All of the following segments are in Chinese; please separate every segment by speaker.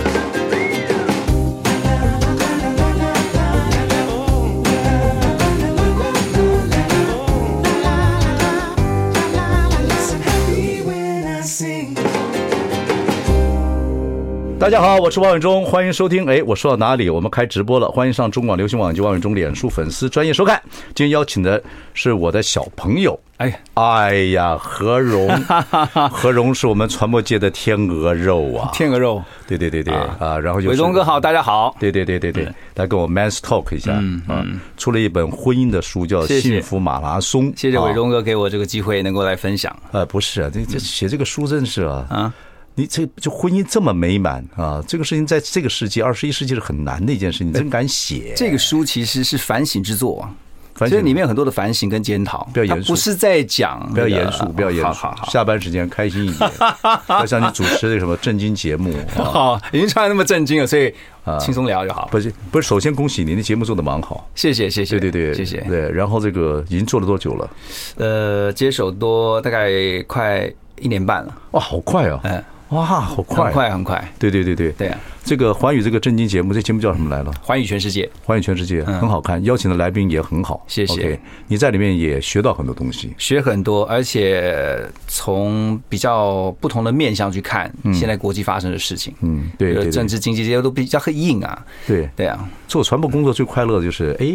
Speaker 1: 大家好，我是王伟忠，欢迎收听。哎，我说到哪里？我们开直播了，欢迎上中广流行网及王伟忠脸书粉丝专业收看。今天邀请的是我的小朋友，
Speaker 2: 哎，
Speaker 1: 哎呀，何 荣，何荣是我们传播界的天鹅肉啊！
Speaker 2: 天鹅肉，
Speaker 1: 对对对对啊然后就是
Speaker 2: 伟东哥好，，大嗯家好，
Speaker 1: 对对对对对，来跟我 man's talk 一下啊，出了一本婚姻的书叫《
Speaker 2: 嗯谢谢
Speaker 1: 幸福马拉松》，
Speaker 2: 谢谢伟
Speaker 1: 啊。
Speaker 2: 东哥给我这个机会能够来分享。
Speaker 1: 呃，不是啊，这这写这个书真是啊，
Speaker 2: 嗯啊，
Speaker 1: 你这就婚姻这么美满啊，这个事情在这个世纪二十一世纪是很难的一件事，你真敢写，
Speaker 2: 哎这个书其实是反省之作啊，
Speaker 1: 反
Speaker 2: 所
Speaker 1: 省
Speaker 2: 以里面有很多的反省跟检讨，
Speaker 1: 不要严肃
Speaker 2: 它不是在讲
Speaker 1: 不要
Speaker 2: 这个
Speaker 1: 严肃，不要严
Speaker 2: 好
Speaker 1: 肃
Speaker 2: 好，好。
Speaker 1: 下班时间开心一点，要像你主持那个什么正经节目啊。
Speaker 2: 好，已经唱的那么震惊了，所以轻松聊就好。
Speaker 1: 不是不是，首先恭喜您的节目做的蛮好，
Speaker 2: 谢谢谢谢，
Speaker 1: 对对对，
Speaker 2: 谢谢。
Speaker 1: 对，然后这个已经做了多久了？
Speaker 2: 呃，接手多大概快一年半了，
Speaker 1: 哇，好快啊！
Speaker 2: 嗯，
Speaker 1: 哇，好快，
Speaker 2: 很快很快。
Speaker 1: 对对对对
Speaker 2: 对啊，
Speaker 1: 这个环宇这个正经节目，这节目叫什么来了？
Speaker 2: 环宇全世界，
Speaker 1: 环宇全世界很好看，邀请的来宾也很好，
Speaker 2: 谢谢
Speaker 1: OK，你在里面也学到很多东西，
Speaker 2: 学很多，而且从比较不同的面向去看现在国际发生的事情，
Speaker 1: 嗯对对对
Speaker 2: 政治经济这些都比较很硬啊，
Speaker 1: 对。
Speaker 2: 对啊，
Speaker 1: 做传播工作最快乐的就是，哎，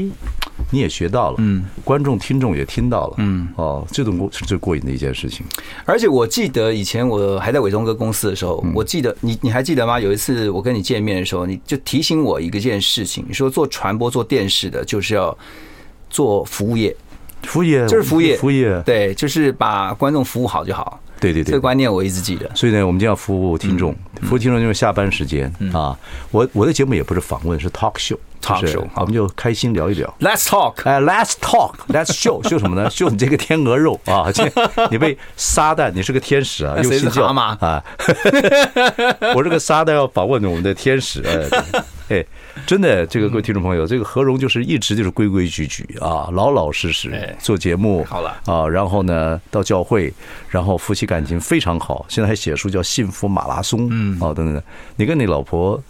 Speaker 1: 你也学到了，嗯，观众听众也听到了，嗯，哦，这种过是最过瘾的一件事情。
Speaker 2: 而且我记得以前我还在伟忠哥公司的时候，
Speaker 1: 嗯
Speaker 2: 我记得你你还记得吗？有一次我跟你见面的时候，你就提醒我一个件事情，你说做传播、做电视的，就是要做服务业，
Speaker 1: 服务业
Speaker 2: 就是服务业，
Speaker 1: 服务业，
Speaker 2: 对，就是把观众服务好就好。
Speaker 1: 对对
Speaker 2: 这
Speaker 1: 对
Speaker 2: 个观念我一直记得。
Speaker 1: 所以呢，我们就要服务听众，服务听众就是下班时间啊。我我的节目也不是访问，是 talk show。
Speaker 2: talk
Speaker 1: 就是
Speaker 2: show，好
Speaker 1: 我们就开心聊一聊。
Speaker 2: Let's talk，
Speaker 1: 哎，Let's talk，Let's show，秀 什么呢？秀你这个天鹅肉啊！这你被撒旦，你是个天使啊，
Speaker 2: 那
Speaker 1: 又
Speaker 2: 谁是
Speaker 1: 信教
Speaker 2: 蛤蟆
Speaker 1: 啊！ 我这个撒旦要访问我们的天使， 哎，对哎真的，这个各位听众朋友，这个何荣就是一直就是规规矩矩啊，老老实实
Speaker 2: 哎
Speaker 1: 做节目，
Speaker 2: 好了
Speaker 1: 啊，然后呢到教会，然后夫妻感情非常好，现在还写书叫《幸福马拉松》，嗯，哦等等等，你跟你老婆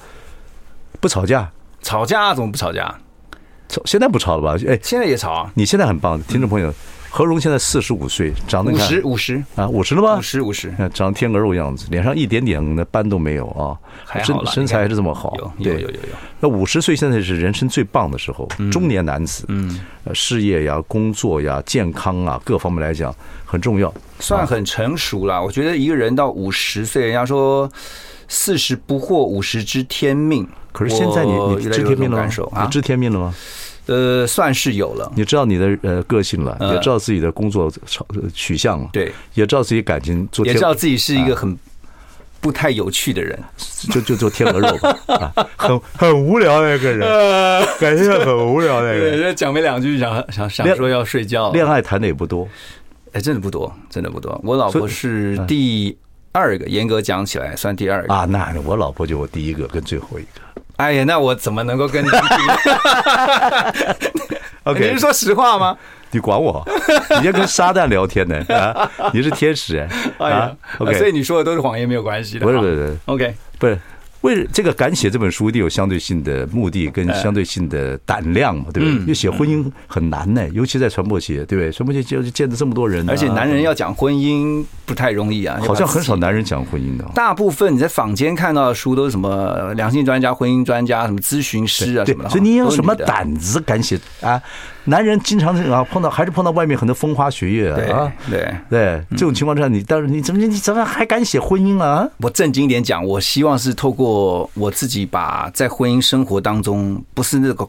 Speaker 1: 不吵架，
Speaker 2: 吵架怎么不吵架？
Speaker 1: 吵现在不吵了吧？哎，
Speaker 2: 现在也吵啊，
Speaker 1: 你现在很棒，听众朋友，何荣现在四十五岁，长得
Speaker 2: 五
Speaker 1: 你看
Speaker 2: 十五十
Speaker 1: 啊，五十了吗
Speaker 2: 五？十五十，
Speaker 1: 啊长得天鹅肉样子，脸上一点点的斑都没有啊，
Speaker 2: 还好
Speaker 1: 身
Speaker 2: 啦你看
Speaker 1: 身材还是这么好
Speaker 2: 有。有有有
Speaker 1: 对，
Speaker 2: 有，
Speaker 1: 那五十岁现在是人生最棒的时候，中年男子，嗯，事业呀、工作呀、健康啊各方面来讲很重要。
Speaker 2: 算很成熟啦。我觉得一个人到五十岁，人家说四十不惑，五十知天命。
Speaker 1: 可是现在你
Speaker 2: 我
Speaker 1: 你
Speaker 2: 越来
Speaker 1: 知
Speaker 2: 越有
Speaker 1: 天命
Speaker 2: 这种
Speaker 1: 了
Speaker 2: 感受
Speaker 1: 吗？
Speaker 2: 啊
Speaker 1: 你，知天命了吗？
Speaker 2: 呃，算是有了。
Speaker 1: 你知道你的呃个性了，也知道自己的工作朝呃取向了，
Speaker 2: 对，
Speaker 1: 也知道自己感情做
Speaker 2: 也
Speaker 1: 天
Speaker 2: 知道自己是一个很不太有趣的人。
Speaker 1: 就就做天鹅肉吧，啊， 很很无聊那 个人，感觉很无聊那个人。
Speaker 2: 对，讲没两句，想想想
Speaker 1: 恋
Speaker 2: 说要睡觉了。
Speaker 1: 恋爱谈的也不多，
Speaker 2: 哎，真的不多，真的不多。我老
Speaker 1: 所
Speaker 2: 婆
Speaker 1: 以
Speaker 2: 是第二个，严格讲起来算第二个。
Speaker 1: 啊，那我老婆就我第一个跟最后一个。
Speaker 2: 哎呀，那我怎么能够跟你 比？你
Speaker 1: OK，
Speaker 2: 哎是说实话吗？
Speaker 1: 你管我？你在 跟撒旦聊天呢？啊，你是天使
Speaker 2: 哎呀
Speaker 1: 啊？OK，
Speaker 2: 所以你说的都是谎言，没有关系的。
Speaker 1: 不是
Speaker 2: 啊
Speaker 1: 不是不是
Speaker 2: OK，
Speaker 1: 不是。为了这个敢写这本书，一定有相对性的目的跟
Speaker 2: 哎
Speaker 1: 相对性的胆量嘛，对不
Speaker 2: 嗯
Speaker 1: 对？因为写婚姻很难呢，尤其在传播界，对不对？传播界就就见着这么多人啊，
Speaker 2: 而且男人要讲婚姻不太容易啊，
Speaker 1: 好像很少
Speaker 2: 要把自己。
Speaker 1: 男人讲婚姻的哦。
Speaker 2: 大部分你在坊间看到的书都是什么两性专家、婚姻专家、什么咨询师啊
Speaker 1: 对
Speaker 2: 什么的，
Speaker 1: 所以你有什么
Speaker 2: 都是女的
Speaker 1: 胆子敢写啊？男人经常是啊碰到还是碰到外面很多风花雪月
Speaker 2: 对嗯
Speaker 1: 啊，
Speaker 2: 对，
Speaker 1: 对这种情况之下，你但是你怎么你怎么还敢写婚姻啊？
Speaker 2: 我正经一点讲，我希望是透过我自己把在婚姻生活当中，不是那个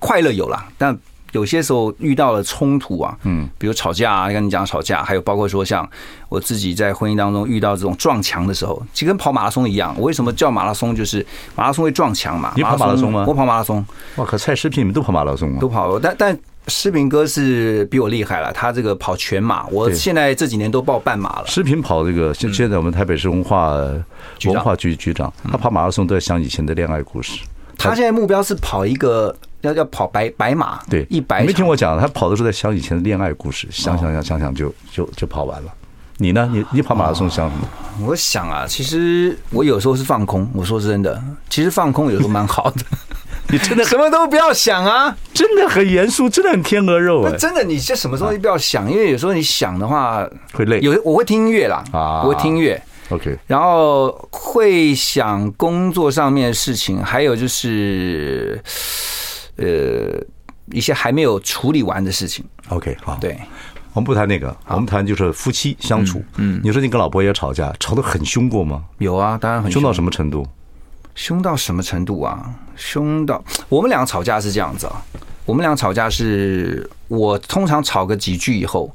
Speaker 2: 快乐有啦，但有些时候遇到了冲突啊，嗯，比如吵架啊，跟你讲吵架，还有包括说像我自己在婚姻当中遇到这种撞墙的时候，其实跟跑马拉松一样。我为什么叫马拉松？就是马拉松会撞墙嘛。
Speaker 1: 你跑马拉松吗
Speaker 2: 我跑马拉松
Speaker 1: 我靠，蔡诗萍你们都跑马拉松啊？
Speaker 2: 都跑，但但。诗平哥是比我厉害了，他这个跑全马，我
Speaker 1: 对
Speaker 2: 现在这几年都报半马了。
Speaker 1: 诗萍跑这个，现现在我们台北市文化
Speaker 2: 嗯局长嗯
Speaker 1: 文化局局长，他跑马拉松都在想以前的恋爱故事。
Speaker 2: 他现在目标是跑一个要要跑白白马，
Speaker 1: 对，
Speaker 2: 一百
Speaker 1: 你没听
Speaker 2: 场
Speaker 1: 我讲，他跑的时候在想以前的恋爱故事，想想想想想就就就跑完了。你呢？你你跑马拉松想什么？
Speaker 2: 我想啊，其实我有时候是放空。我说真的，其实放空有时候蛮 好的。你真的什么都不要想啊！
Speaker 1: 真的很严肃，真的很天鹅肉哎、
Speaker 2: 那真的，你这什么东
Speaker 1: 啊
Speaker 2: 西不要想，因为有时候你想的话
Speaker 1: 会累
Speaker 2: 有我会听音乐啦，
Speaker 1: 啊
Speaker 2: 我会听音乐，
Speaker 1: OK，
Speaker 2: 然后会想工作上面的事情，还有就是呃一些还没有处理完的事情。
Speaker 1: OK，好，
Speaker 2: 对，
Speaker 1: 我们不谈那个，我们谈就是夫妻相处。嗯，你说你跟老婆也吵架，吵得很凶过吗？
Speaker 2: 有啊，当然很
Speaker 1: 凶到什么程度？
Speaker 2: 凶到什么程度啊？凶到我们俩吵架是这样子啊，我们俩吵架是我通常吵个几句以后，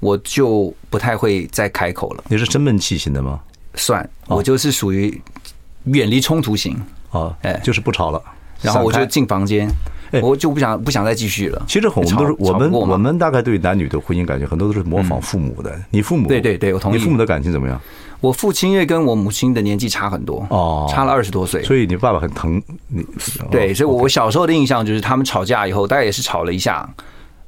Speaker 2: 我就不太会再开口了，
Speaker 1: 你是生闷气型的吗？
Speaker 2: 算
Speaker 1: 哦
Speaker 2: 我就是属于远离冲突型，
Speaker 1: 啊，
Speaker 2: 哎
Speaker 1: 就是不吵了。
Speaker 2: 然后我就
Speaker 1: 散开
Speaker 2: 进房间
Speaker 1: 哎，
Speaker 2: 我就不想不想再继续了。
Speaker 1: 其实很，我们都是
Speaker 2: 吵
Speaker 1: 我
Speaker 2: 吵
Speaker 1: 们
Speaker 2: 不过嘛嗯
Speaker 1: 我们大概对男女的婚姻感觉很多都是模仿父母的。你父母
Speaker 2: 对对对我同意
Speaker 1: 你父母的感情怎么样？
Speaker 2: 我父亲因为跟我母亲的年纪差很多，
Speaker 1: 哦
Speaker 2: 差了二十多岁，
Speaker 1: 所以你爸爸很疼你。
Speaker 2: 对，所以我我小时候的印象就是他们吵架以后，大概也是吵了一下，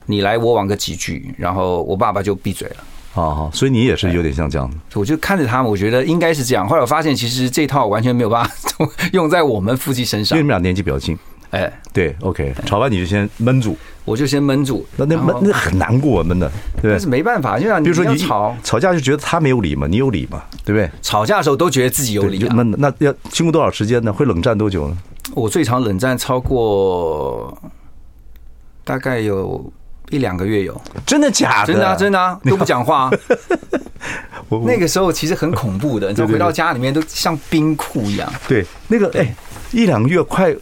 Speaker 2: 你来我往个几句，然后我爸爸就闭嘴了。
Speaker 1: 哦，啊，所以你也是有点像这样的。
Speaker 2: 我就看着他们，我觉得应该是这样。后来我发现，其实这套完全没有办法 用在我们夫妻身
Speaker 1: 因
Speaker 2: 上
Speaker 1: 为。你们俩年纪比较近。
Speaker 2: 哎，
Speaker 1: 对，OK，吵完你就先闷住，
Speaker 2: 我就先闷住。
Speaker 1: 那那
Speaker 2: 然
Speaker 1: 闷
Speaker 2: 后
Speaker 1: 那很难过，闷的，对
Speaker 2: 但
Speaker 1: 不
Speaker 2: 是
Speaker 1: 对？
Speaker 2: 没办法，就像
Speaker 1: 比如说
Speaker 2: 你
Speaker 1: 你
Speaker 2: 要吵
Speaker 1: 吵架就觉得他没有理嘛，你有理嘛，对不对？
Speaker 2: 吵架的时候，都觉得自己有
Speaker 1: 对，
Speaker 2: 理
Speaker 1: 就
Speaker 2: 啊。
Speaker 1: 闷的。那要经过多少时间呢？会冷战多久呢？
Speaker 2: 我最长冷战超过大概有一两个月有，
Speaker 1: 真的假的？
Speaker 2: 真的啊，真的啊，都不 讲话啊。
Speaker 1: 我我
Speaker 2: 那个时候其实很恐怖的，你知道，
Speaker 1: 对对
Speaker 2: 回到家里面都像冰库一样。
Speaker 1: 对，那个哎，一两个月快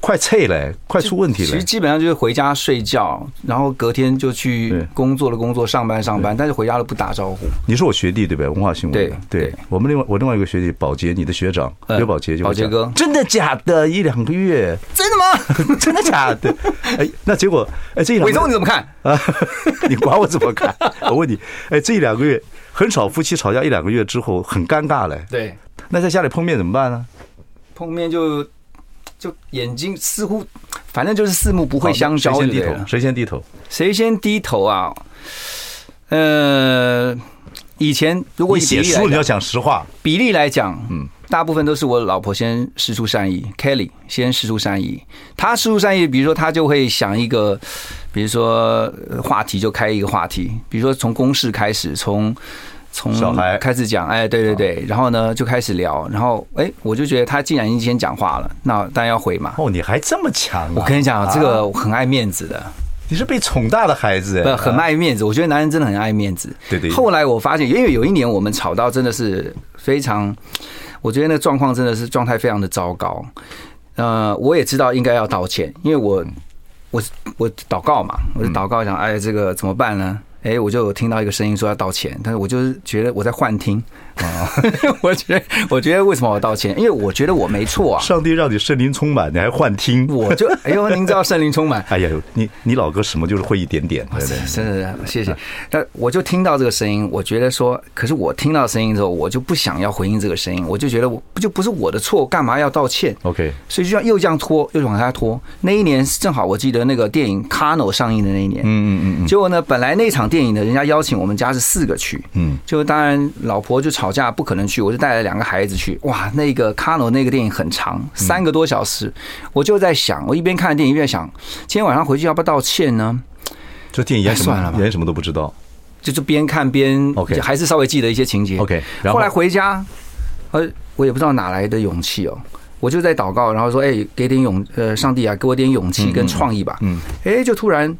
Speaker 1: 快脆了，快出问题
Speaker 2: 其
Speaker 1: 了
Speaker 2: 实。基本上就是回家睡觉，然后隔天就
Speaker 1: 对
Speaker 2: 去工作了工作，上班上班，但是回家了不打招呼。
Speaker 1: 你是我学弟对不对？文化新闻的
Speaker 2: 对
Speaker 1: 对
Speaker 2: 对，
Speaker 1: 我们另外我另外一个学弟宝杰，你的学长
Speaker 2: 嗯
Speaker 1: 刘宝杰就会
Speaker 2: 宝杰
Speaker 1: 讲
Speaker 2: 哥
Speaker 1: 真的假的？一两个 月，
Speaker 2: 真的吗？
Speaker 1: 真的假的？哎，那结果哎这一两
Speaker 2: 伟
Speaker 1: 个月
Speaker 2: 忠你怎么看？
Speaker 1: 啊， 你管我怎么看？ 我问你，哎，这一两个月很少夫妻吵架一两个月之后很尴尬嘞，
Speaker 2: 对，
Speaker 1: 那在家里碰面怎么办呢？
Speaker 2: 碰面就就眼睛似乎，反正就是四目不会
Speaker 1: 好
Speaker 2: 相交
Speaker 1: 谁
Speaker 2: 就
Speaker 1: 先低
Speaker 2: 对
Speaker 1: 头？
Speaker 2: 了。
Speaker 1: 谁先低头？
Speaker 2: 谁先低头啊？呃，以前如果
Speaker 1: 你
Speaker 2: 以
Speaker 1: 写
Speaker 2: 比例
Speaker 1: 书
Speaker 2: 来
Speaker 1: 你要
Speaker 2: 讲，
Speaker 1: 讲实话，
Speaker 2: 比例来讲，
Speaker 1: 嗯
Speaker 2: 嗯，大部分都是我老婆先施出善意，Kelly 先施出善意。她施出善意，比如说她就会想一个，比如说呃话题就开一个话题，比如说从公事开始，从从
Speaker 1: 小孩啊
Speaker 2: 开始讲，哎，对对对，然后呢就开始聊，然后哎，我就觉得她既然已经先讲话了，那当然要回嘛。
Speaker 1: 哦，你还这么强、啊！
Speaker 2: 我跟你讲，这
Speaker 1: 啊
Speaker 2: 个我很爱面子的，
Speaker 1: 你是被宠大的孩子、
Speaker 2: 不
Speaker 1: 哎，
Speaker 2: 很爱面子。我觉得男人真的很爱面子。
Speaker 1: 对对
Speaker 2: 后来我发现，因为有一年我们吵到真的是非常，我觉得那个状况真的是状态非常的糟糕。呃，我也知道应该要道歉，因为我我我祷告嘛，我
Speaker 1: 嗯
Speaker 2: 就祷告想，哎，这个怎么办呢？哎，我就有听到一个声音说要道歉，但是我就是觉得我在幻听，哦 我觉得我觉得为什么我要道歉？因为我觉得我没错啊，
Speaker 1: 上帝让你圣灵充满，你还幻听。
Speaker 2: 我就哎呦，您知道圣灵充满，
Speaker 1: 哎呀，你你老哥什么就是会一点点，对不嗯对？
Speaker 2: 真的谢谢。那我就听到这个声音，我觉得说，可是我听到声音之后，我就不想要回应这个声音，我就觉得我不就不是我的错，干嘛要道歉？
Speaker 1: OK，
Speaker 2: 所以就像又这样拖，又往下拖。那一年是正好我记得那个电影《Kano》上映的那一年，
Speaker 1: 嗯嗯嗯
Speaker 2: 结果呢，本来那场电影呢，人家邀请我们家是四个去，
Speaker 1: 嗯，
Speaker 2: 就当然老婆就吵架不可能去，我就带了两个孩子去。哇，那个《卡罗》那个电影很长，
Speaker 1: 嗯
Speaker 2: 三个多小时，我就在想，我一边看电影一边想，今天晚上回去要不要道歉呢？
Speaker 1: 这电影演什
Speaker 2: 哎算了
Speaker 1: 么
Speaker 2: 吧
Speaker 1: 演什么都不知道。
Speaker 2: 就就边看边
Speaker 1: OK
Speaker 2: 还是稍微记得一些情节。
Speaker 1: OK，然后
Speaker 2: 哎后来回家，呃，我也不知道哪来的勇气哦，我就在祷告，然后说：“哎，给点勇，呃，上帝啊，给我点勇气跟创意吧。”
Speaker 1: 嗯，
Speaker 2: 哎，就突然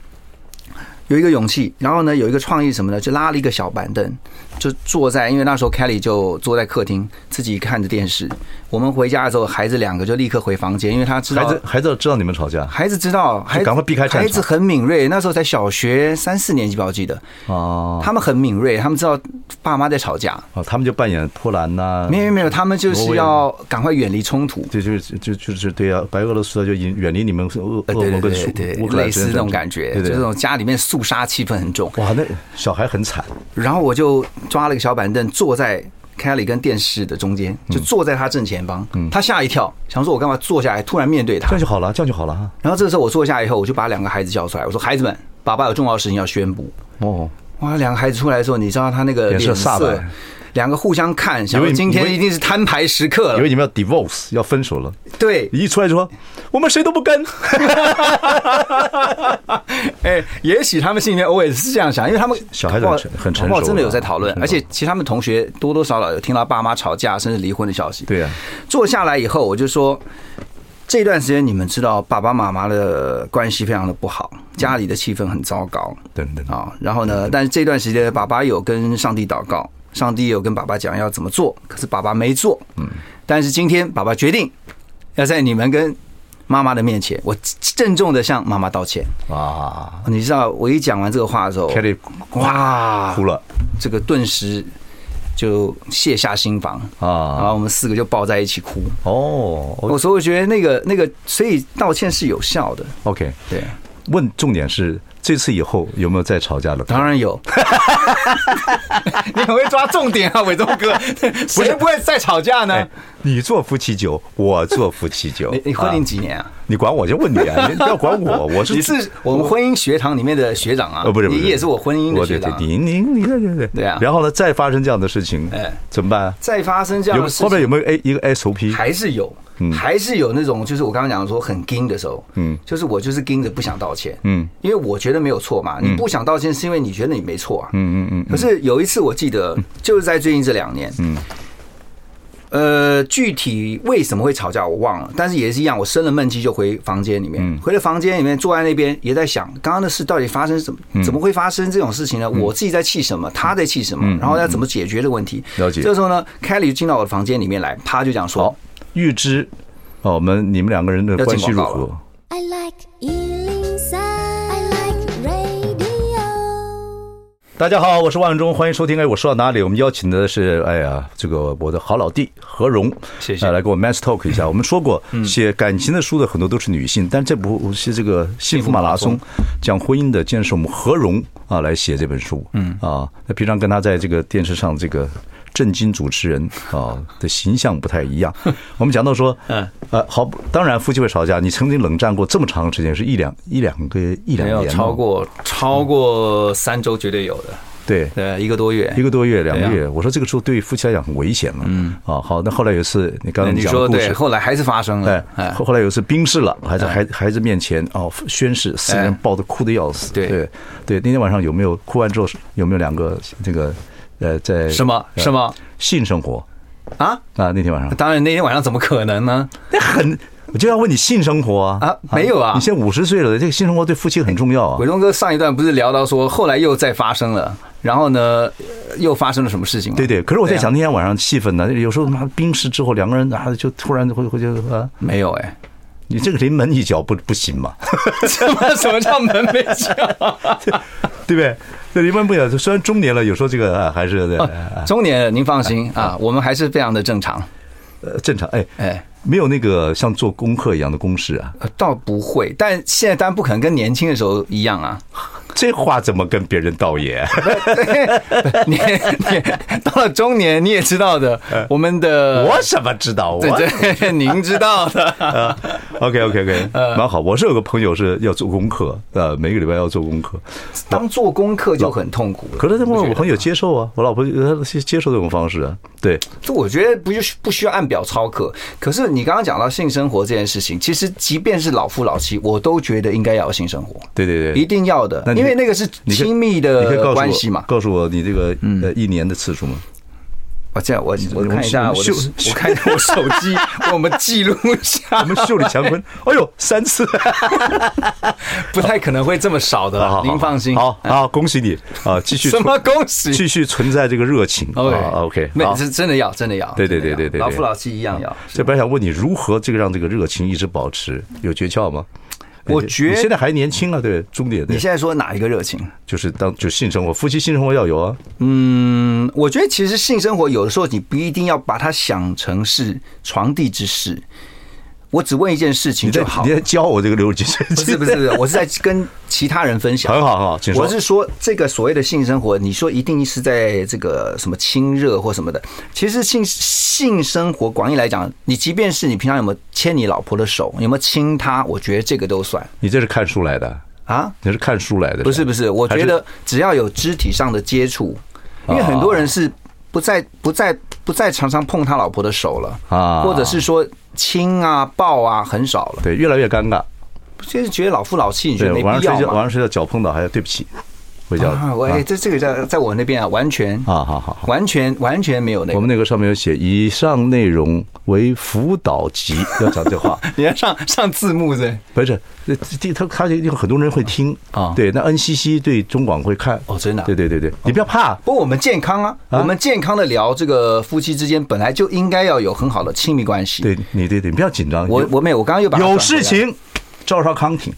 Speaker 2: 有一个勇气，然后呢，有一个创意什么呢？就拉了一个小板凳，就坐在，因为那时候 Kelly 就坐在客厅自己看着电视。我们回家的时候，孩子两个就立刻回房间，因为他知
Speaker 1: 孩
Speaker 2: 道
Speaker 1: 子孩子知道你们吵架
Speaker 2: 孩子知道，孩子
Speaker 1: 赶快避开战场
Speaker 2: 孩子很敏锐，那时候才小学三四年级吧，我记得。
Speaker 1: 哦，
Speaker 2: 他们很敏锐，他们知道爸妈在吵架。
Speaker 1: 哦他们就扮演波兰呐，
Speaker 2: 没有没有，他们就
Speaker 1: 挪
Speaker 2: 是
Speaker 1: 威
Speaker 2: 要赶快远离冲突。
Speaker 1: 对，就是就就是对啊，白俄罗斯啊就引远离你们俄俄
Speaker 2: 呃，对
Speaker 1: 国
Speaker 2: 对
Speaker 1: 跟
Speaker 2: 对
Speaker 1: 苏
Speaker 2: 对
Speaker 1: 乌
Speaker 2: 对，
Speaker 1: 克兰
Speaker 2: 类似那种感觉，
Speaker 1: 对
Speaker 2: 就
Speaker 1: 对
Speaker 2: 这。种家里面肃杀气氛很重。
Speaker 1: 哇，那小孩很惨，
Speaker 2: 然后我就抓了个小板凳坐在 Kelly 跟电视的中间，就坐在他正前方。他吓一跳，想说我干嘛坐下来，突然面对
Speaker 1: 这
Speaker 2: 他
Speaker 1: 样。就好了，这样就好了啊。
Speaker 2: 然后这个时候我坐下以后，我就把两个孩子叫出来，我说：“孩子们，爸爸有重要的事情要宣布。
Speaker 1: 哦，”
Speaker 2: 哇，两个孩子出来的时候，你知道他那个
Speaker 1: 脸色
Speaker 2: 脸
Speaker 1: 煞
Speaker 2: 色
Speaker 1: 白，
Speaker 2: 两个互相看，想
Speaker 1: 以为
Speaker 2: 说
Speaker 1: 你
Speaker 2: 今
Speaker 1: 以为
Speaker 2: 天一定是摊牌时刻
Speaker 1: 以
Speaker 2: 了
Speaker 1: 为。你们要 divorce 要分手了，
Speaker 2: 对，
Speaker 1: 一出来就说我们谁都不跟，
Speaker 2: 哎，也许他们心里面 always 是这样想，因为他们
Speaker 1: 小孩子很成很成熟
Speaker 2: 搞不好真的
Speaker 1: 了
Speaker 2: 有在讨论
Speaker 1: 很，成熟
Speaker 2: 而且其实他们同学多多少少有听到爸妈吵架甚至离婚的消息。
Speaker 1: 对啊呀
Speaker 2: 坐下来以后，我就说，这段时间你们知道爸爸妈妈的关系非常的不好，家里的气氛很糟糕
Speaker 1: 等等
Speaker 2: 啊。然后呢，但是这段时间爸爸有跟上帝祷告，上帝有跟爸爸讲要怎么做，可是爸爸没做。嗯，但是今天爸爸决定要在你们跟妈妈的面前，我郑重的向妈妈道歉。
Speaker 1: 啊
Speaker 2: 哦你知道，我一讲完这个话的时候，
Speaker 1: ，Kelly
Speaker 2: 哇，
Speaker 1: 哭了
Speaker 2: 这个顿时就卸下心防然
Speaker 1: 啊，
Speaker 2: 后我们四个就抱在一起哭。
Speaker 1: 哦
Speaker 2: 我所以我觉得那个那个，所以道歉是有效的，
Speaker 1: ，OK，
Speaker 2: 对，
Speaker 1: 问重点是这次以后有没有再吵架了？
Speaker 2: 当然有。你很会抓重点啊，伟忠 哥，谁不会再吵架呢。
Speaker 1: 哎？，你做夫妻酒，我做夫妻酒
Speaker 2: 你你婚
Speaker 1: 啊
Speaker 2: 龄几年啊？
Speaker 1: 你管我就问你 啊，你不要管我，我是
Speaker 2: 你是哎我们婚姻学堂里面的学长啊，
Speaker 1: 呃不是不是，
Speaker 2: 你也是我婚姻的
Speaker 1: 我
Speaker 2: 学
Speaker 1: 对对
Speaker 2: 长啊。，
Speaker 1: 你你你对对对
Speaker 2: 对啊
Speaker 1: 然后呢，再发生这样的事情，
Speaker 2: 哎
Speaker 1: 怎么办？啊
Speaker 2: 再发生这样
Speaker 1: 有
Speaker 2: 的事情
Speaker 1: 后面有没有 A 一个 SOP？
Speaker 2: 还是有，
Speaker 1: 嗯
Speaker 2: 还是有那种，就是我刚刚讲说很盯的时候，嗯，就是我就是盯着不想道歉，
Speaker 1: 嗯，
Speaker 2: 因为我觉得没有错嘛，你不想道歉是因为你觉得你没错啊，
Speaker 1: 嗯嗯嗯，
Speaker 2: 可是有一次我记得就是在最近这两年，嗯，呃，具体为什么会吵架我忘了，但是也是一样，我生了闷气就回房间里
Speaker 1: 嗯
Speaker 2: 面，回了房间里面坐在那边也在想刚刚的事到底发生怎么
Speaker 1: 嗯
Speaker 2: 怎么会发生这种事情呢？我自己在气什么，他在气什么，然后要怎么解决的问题。
Speaker 1: 嗯了解
Speaker 2: 这时候呢，Kelly 进到我的房间里面来，他就讲说。
Speaker 1: 预知哦，我们你们两个人的
Speaker 2: 要进
Speaker 1: 关系如
Speaker 2: 广告
Speaker 1: 何
Speaker 2: 了？
Speaker 3: I like Ealing Sound. I like radio.
Speaker 1: 大家好，我是万忠，欢迎收听。哎，我说到哪里？我们邀请的是，哎呀，这个我的好老弟何荣，
Speaker 2: 谢谢
Speaker 1: 呃来跟我 man talk 一 下。我们说过，写感情的书的很多都是女性，但这部是这个《幸福马拉松》，讲婚姻的，竟然是我们何荣啊来写这本书。嗯啊，那平常跟他在这个电视上这个震惊主持人啊的形象不太一 样。我们讲到说，嗯呃，好，当然夫妻会吵架，你曾经冷战过这么长时间，是一两一两个一两
Speaker 2: 没
Speaker 1: 年
Speaker 2: 有
Speaker 1: 吗
Speaker 2: 超过超过三周绝对有的，
Speaker 1: 对
Speaker 2: 对，一个多月
Speaker 1: 一。个多月、两个
Speaker 2: 对啊
Speaker 1: 月，我说这个时候对夫妻来讲很危险了。嗯，啊，好，那后来有一次你刚刚
Speaker 2: 你
Speaker 1: 讲的
Speaker 2: 说
Speaker 1: 故
Speaker 2: 对，
Speaker 1: 事，
Speaker 2: 后来还是发生了，
Speaker 1: 哎，
Speaker 2: 哎，
Speaker 1: 后后来有一次冰释了，还在孩孩子面前哦宣誓，四个人抱得哭得要死。
Speaker 2: 哎对
Speaker 1: 对对，那天晚上有没有哭完之后有没有两个这个呃在
Speaker 2: 什么
Speaker 1: 呃
Speaker 2: 什么
Speaker 1: 性生活
Speaker 2: 啊？
Speaker 1: 啊？那天晚上
Speaker 2: 当然那天晚上怎么可能呢？
Speaker 1: 那很，我就要问你性生活啊
Speaker 2: 啊没有啊
Speaker 1: 你现在五十岁了，这个性生活对夫妻很重要啊
Speaker 2: 伟。东哥上一段不是聊到说后来又再发生了，然后呢呃又发生了什么事情吗？
Speaker 1: 对对，可是我在
Speaker 2: 对啊
Speaker 1: 想那天晚上气氛呢，有时候妈冰释之后两个人啊就突然会会就啊，
Speaker 2: 没有 哎，
Speaker 1: 你这个临门一脚不不行吗？
Speaker 2: 什么什么叫门没 敲？
Speaker 1: 对不对？那一般不讲，虽然中年了，有时候这个啊还是对、
Speaker 2: 中年了您放心
Speaker 1: 哎
Speaker 2: 啊，我们还是非常的正常，
Speaker 1: 呃正常。哎，
Speaker 2: 哎。
Speaker 1: 没有那个像做功课一样的公式啊，
Speaker 2: 呃倒不会，但现在当然不可能跟年轻的时候一样啊。
Speaker 1: 这话怎么跟别人道 也？
Speaker 2: 你你到了中年，你也知道的，我们的
Speaker 1: 嗯我怎么知道？我
Speaker 2: 对对， 您知道 的。
Speaker 1: OK OK OK，蛮
Speaker 2: 呃
Speaker 1: 好。我是有个朋友是要做功课，呃，每个礼拜要做功课，
Speaker 2: 当做功课就很痛苦了。
Speaker 1: 可是那
Speaker 2: 我
Speaker 1: 我
Speaker 2: 觉
Speaker 1: 我
Speaker 2: 得
Speaker 1: 朋友接受啊，我 老婆呃她接受这种方式啊，对，
Speaker 2: 这我觉得不就不需要按表操课。可是你刚刚讲到性生活这件事情，其实即便是老夫老妻，我都觉得应该要有性生活，
Speaker 1: 对对对，
Speaker 2: 一定要的
Speaker 1: 那，你
Speaker 2: 因为那个是
Speaker 1: 你可以
Speaker 2: 亲密
Speaker 1: 你可以告诉
Speaker 2: 的
Speaker 1: 我
Speaker 2: 关系嘛。嗯
Speaker 1: 告诉我你这个呃一年的次数吗？
Speaker 2: 我哦这样，我我看一下
Speaker 1: 我们
Speaker 2: 我
Speaker 1: 秀
Speaker 2: 的，我看一下我手机，我们记录一
Speaker 1: 我
Speaker 2: 下，
Speaker 1: 们秀里乾坤， 哎呦，三 次。
Speaker 2: 不太可能会这么少的
Speaker 1: 好好
Speaker 2: 啦，
Speaker 1: 好
Speaker 2: 您放心。
Speaker 1: 好，好，恭喜你啊！继 续
Speaker 2: 什么
Speaker 1: 存
Speaker 2: 恭喜
Speaker 1: 继续存在这个热情啊！OK，
Speaker 2: 没
Speaker 1: 好，
Speaker 2: 是真的要，真的要，
Speaker 1: 对对
Speaker 2: 真的要
Speaker 1: 对对对对
Speaker 2: 老夫老妻一样要。
Speaker 1: 这本来想问你如何这个让这个热情一直保持，有诀窍吗？
Speaker 2: 我
Speaker 1: 你
Speaker 2: 觉
Speaker 1: 你现在还年轻啊，对，中年
Speaker 2: 你
Speaker 1: 对，
Speaker 2: 现在说哪一个热情？
Speaker 1: 就是当就性生活，夫妻性生活要有啊，
Speaker 2: 嗯，我觉得其实性生活有的时候你不一定要把它想成是床地之事。我只问一件事情
Speaker 1: 你在
Speaker 2: 就好
Speaker 1: 你。在教我这个六十几岁，
Speaker 2: 不是不是，不是我是在跟其他人分享。
Speaker 1: 很好很好，请说。
Speaker 2: 我是说，这个所谓的性生活，你说一定是在这个什么亲热或什么的，其实性性生活广义来讲，你即便是你平常有没有牵你老婆的手，有没有亲她，我觉得这个都算
Speaker 1: 你这是看书来的，
Speaker 2: 啊。
Speaker 1: 你是看书来的，
Speaker 2: 不是不是，我
Speaker 1: 还
Speaker 2: 觉
Speaker 1: 是啊
Speaker 2: 得只要有肢体上的接触，因为很多人是不再不再不再常常碰他老婆的手了
Speaker 1: 啊
Speaker 2: 或者是说亲啊抱啊很少了，
Speaker 1: 对，越来越尴尬。
Speaker 2: 就是觉得老夫老妻，你觉
Speaker 1: 对
Speaker 2: 得，没
Speaker 1: 晚上
Speaker 2: 必要
Speaker 1: 睡觉，晚
Speaker 2: 嘛？
Speaker 1: 上睡觉脚碰到，还要对不起，会叫
Speaker 2: 啊，我哎这这个在在我那边啊，完全
Speaker 1: 啊，好好好。
Speaker 2: 完全完全没有那
Speaker 1: 我
Speaker 2: 个。
Speaker 1: 们那个上面有写，以上内容为辅导 级，要讲这话，
Speaker 2: 你要上上字幕是？
Speaker 1: 不是，呃这他他有很多人会听
Speaker 2: 啊
Speaker 1: 对，那 NCC 对中广会看，
Speaker 2: 哦真的啊
Speaker 1: 对对对对，你不要怕，
Speaker 2: 不过我们健康啊，我们健康的聊这个夫妻之间本来就应该要有很好的亲密关系。，
Speaker 1: 对你对对，你不要紧张，
Speaker 2: 我
Speaker 1: 有
Speaker 2: 我没有，我刚刚又把它
Speaker 1: 有
Speaker 2: 转回
Speaker 1: 事
Speaker 2: 来
Speaker 1: 情，赵少康 挺，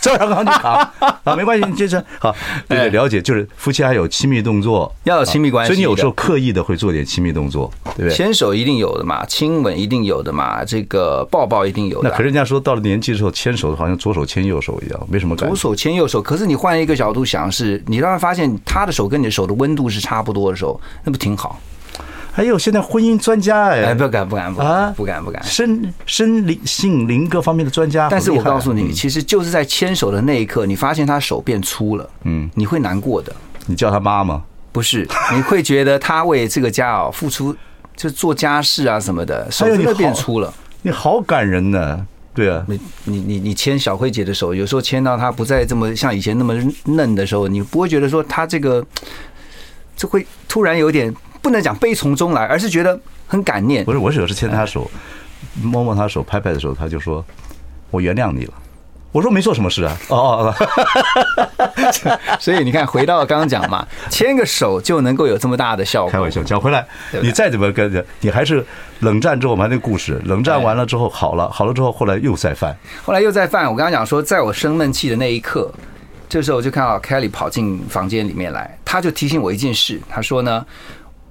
Speaker 1: 赵少康挺啊啊，没关系，这是好，
Speaker 2: 哎
Speaker 1: 对对，了解，就是夫妻还有亲密动作，
Speaker 2: 要有亲密关系
Speaker 1: 啊所以你有时候
Speaker 2: 的
Speaker 1: 刻意的会做点亲密动作，对不对？
Speaker 2: 牵手一定有的嘛，亲吻一定有的嘛，这个抱抱一定有
Speaker 1: 那
Speaker 2: 的
Speaker 1: 可
Speaker 2: 啊。
Speaker 1: 是人家说到了年纪之后，牵手好像左手牵右手一样，没什么感
Speaker 2: 左
Speaker 1: 觉。
Speaker 2: 手牵右手，可是你换一个角度想是，你让他发现他的手跟你的手的温度是差不多的时候，那不挺好？
Speaker 1: 还有现在婚姻专家哎，
Speaker 2: 哎，不敢不敢不
Speaker 1: 啊
Speaker 2: 敢不敢不敢。
Speaker 1: 身身灵性灵各方面的专家，
Speaker 2: 但是我
Speaker 1: 很厉害啊嗯
Speaker 2: 告诉，你，其实就是在牵手的那一刻，你发现他手变粗了，嗯，你会难过的，
Speaker 1: 你叫他妈妈，
Speaker 2: 不是？你会觉得他为这个家哦付出，就做家事啊什么的，手
Speaker 1: 哎呦
Speaker 2: 真
Speaker 1: 你
Speaker 2: 的变
Speaker 1: 好
Speaker 2: 粗了。
Speaker 1: 你好感人呢。对啊，
Speaker 2: 你你你你牵小慧姐的手，有时候牵到她不再这么像以前那么嫩的时候，你不会觉得说她这个，这会突然有点不能讲悲从中来，而是觉得很感念
Speaker 1: 不。是，我有时牵他手，摸摸他手，拍拍的时候，他就说：“我原谅你了。”我说没做什么事啊，哦哦，哦
Speaker 2: 所以你看，回到刚刚 讲嘛，牵个手就能够有这么大的效
Speaker 1: 开
Speaker 2: 果
Speaker 1: 玩。笑，讲回来，
Speaker 2: 对不对
Speaker 1: 你再怎么跟着，你还是冷战之后我们还那故事，冷战完了之后好了，好了之后后来又再犯，
Speaker 2: 后来又在犯，我刚刚讲说，在我生闷气的那一刻，这时候我就看到 Kelly 跑进房间里面来，他就提醒我一件事，他说呢，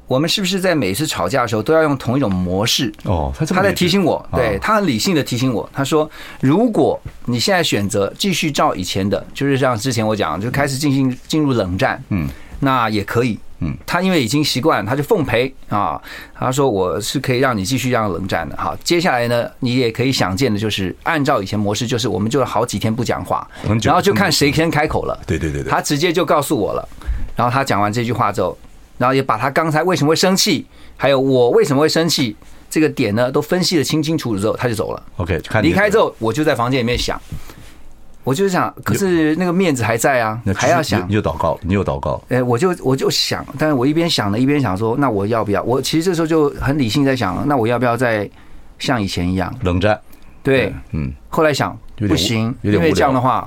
Speaker 2: 我们是不是在每次吵架的时候都要用同一种模式？
Speaker 1: 哦他这么
Speaker 2: 在
Speaker 1: 理智
Speaker 2: 提醒我，对
Speaker 1: 哦
Speaker 2: 他很理性的提醒我，他说，如果你现在选择继续照以前的，就是像之前我讲，就开始进行进入冷战，嗯，那也可以。嗯，他因为已经习惯了，他就奉陪啊。他说我是可以让你继续这样冷战的。好，接下来呢，你也可以想见的就是，按照以前模式，就是我们就好几天不讲话
Speaker 1: 很，久
Speaker 2: 然后就看谁先开口了。
Speaker 1: 对对对对
Speaker 2: 他直接就告诉我了。然后他讲完这句话之后，然后也把他刚才为什么会生气，还有我为什么会生气这个点呢，都分析的清清楚楚之后，他就走了。
Speaker 1: OK，就看你
Speaker 2: 离开之后，我就在房间里面想，我就想，可是那个面子还在啊
Speaker 1: 那，
Speaker 2: 还要想
Speaker 1: 你。就祷告，你又祷告，
Speaker 2: 哎，我就我就想，但是我一边想呢，一边想说，那我要不要？我其实这时候就很理性在想，那我要不要再像以前一样？
Speaker 1: 冷战，
Speaker 2: 对，
Speaker 1: 嗯，
Speaker 2: 后来想
Speaker 1: 有点
Speaker 2: 不
Speaker 1: 无
Speaker 2: 行，
Speaker 1: 有
Speaker 2: 因
Speaker 1: 点
Speaker 2: 为
Speaker 1: 无
Speaker 2: 这样
Speaker 1: 聊
Speaker 2: 的话，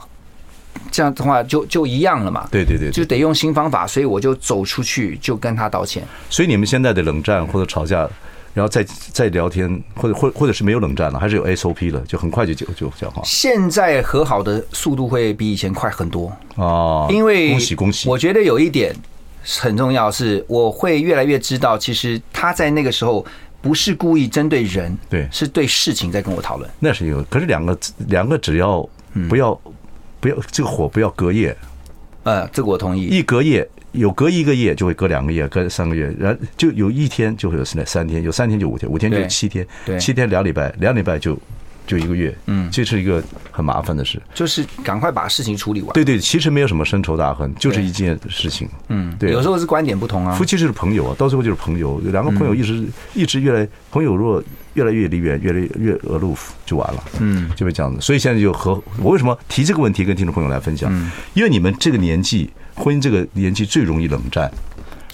Speaker 2: 这样的话就就一样了嘛。
Speaker 1: 对对对，对
Speaker 2: 就得用新方法，所以我就走出去，就跟他道歉。
Speaker 1: 所以你们现在的冷战或者吵架，然后再再聊天，或者或或者是没有冷战了，还是有 SOP 了，就很快就就就讲话
Speaker 2: 现在和好的速度会比以前快很多，
Speaker 1: 哦。
Speaker 2: 因为
Speaker 1: 恭喜恭喜！
Speaker 2: 我觉得有一点很重要，是我会越来越知道，其实他在那个时候不是故意针对人，
Speaker 1: 对
Speaker 2: 是对事情在跟我讨论。
Speaker 1: 那是有，可是两个两个只要不要、不要这个火不要隔夜，
Speaker 2: 呃，这个我同意。
Speaker 1: 一隔夜有隔一个夜就会隔两个夜，隔三个月，然就有一天就会有三三天，有三天就五天，五天就
Speaker 2: 对
Speaker 1: 七天，
Speaker 2: 对
Speaker 1: 七天两礼拜，两礼拜就就一个月，嗯，这是一个很麻烦的事。
Speaker 2: 就是赶快把事情处理完。
Speaker 1: 对对，其实没有什么深仇大恨，就是一件事情。嗯，对，
Speaker 2: 有时候是观点不同啊
Speaker 1: 夫。妻就是朋友啊，到最后就是朋友。两个
Speaker 2: 嗯
Speaker 1: 朋友一直、一直越来，朋友若越来越离远，越来越越呃路就完了。嗯，就会这样子。所以现在就和我为什么提这个问题跟听众朋友来分享？
Speaker 2: 嗯
Speaker 1: 因为你们这个年纪，婚姻这个年纪最容易冷战，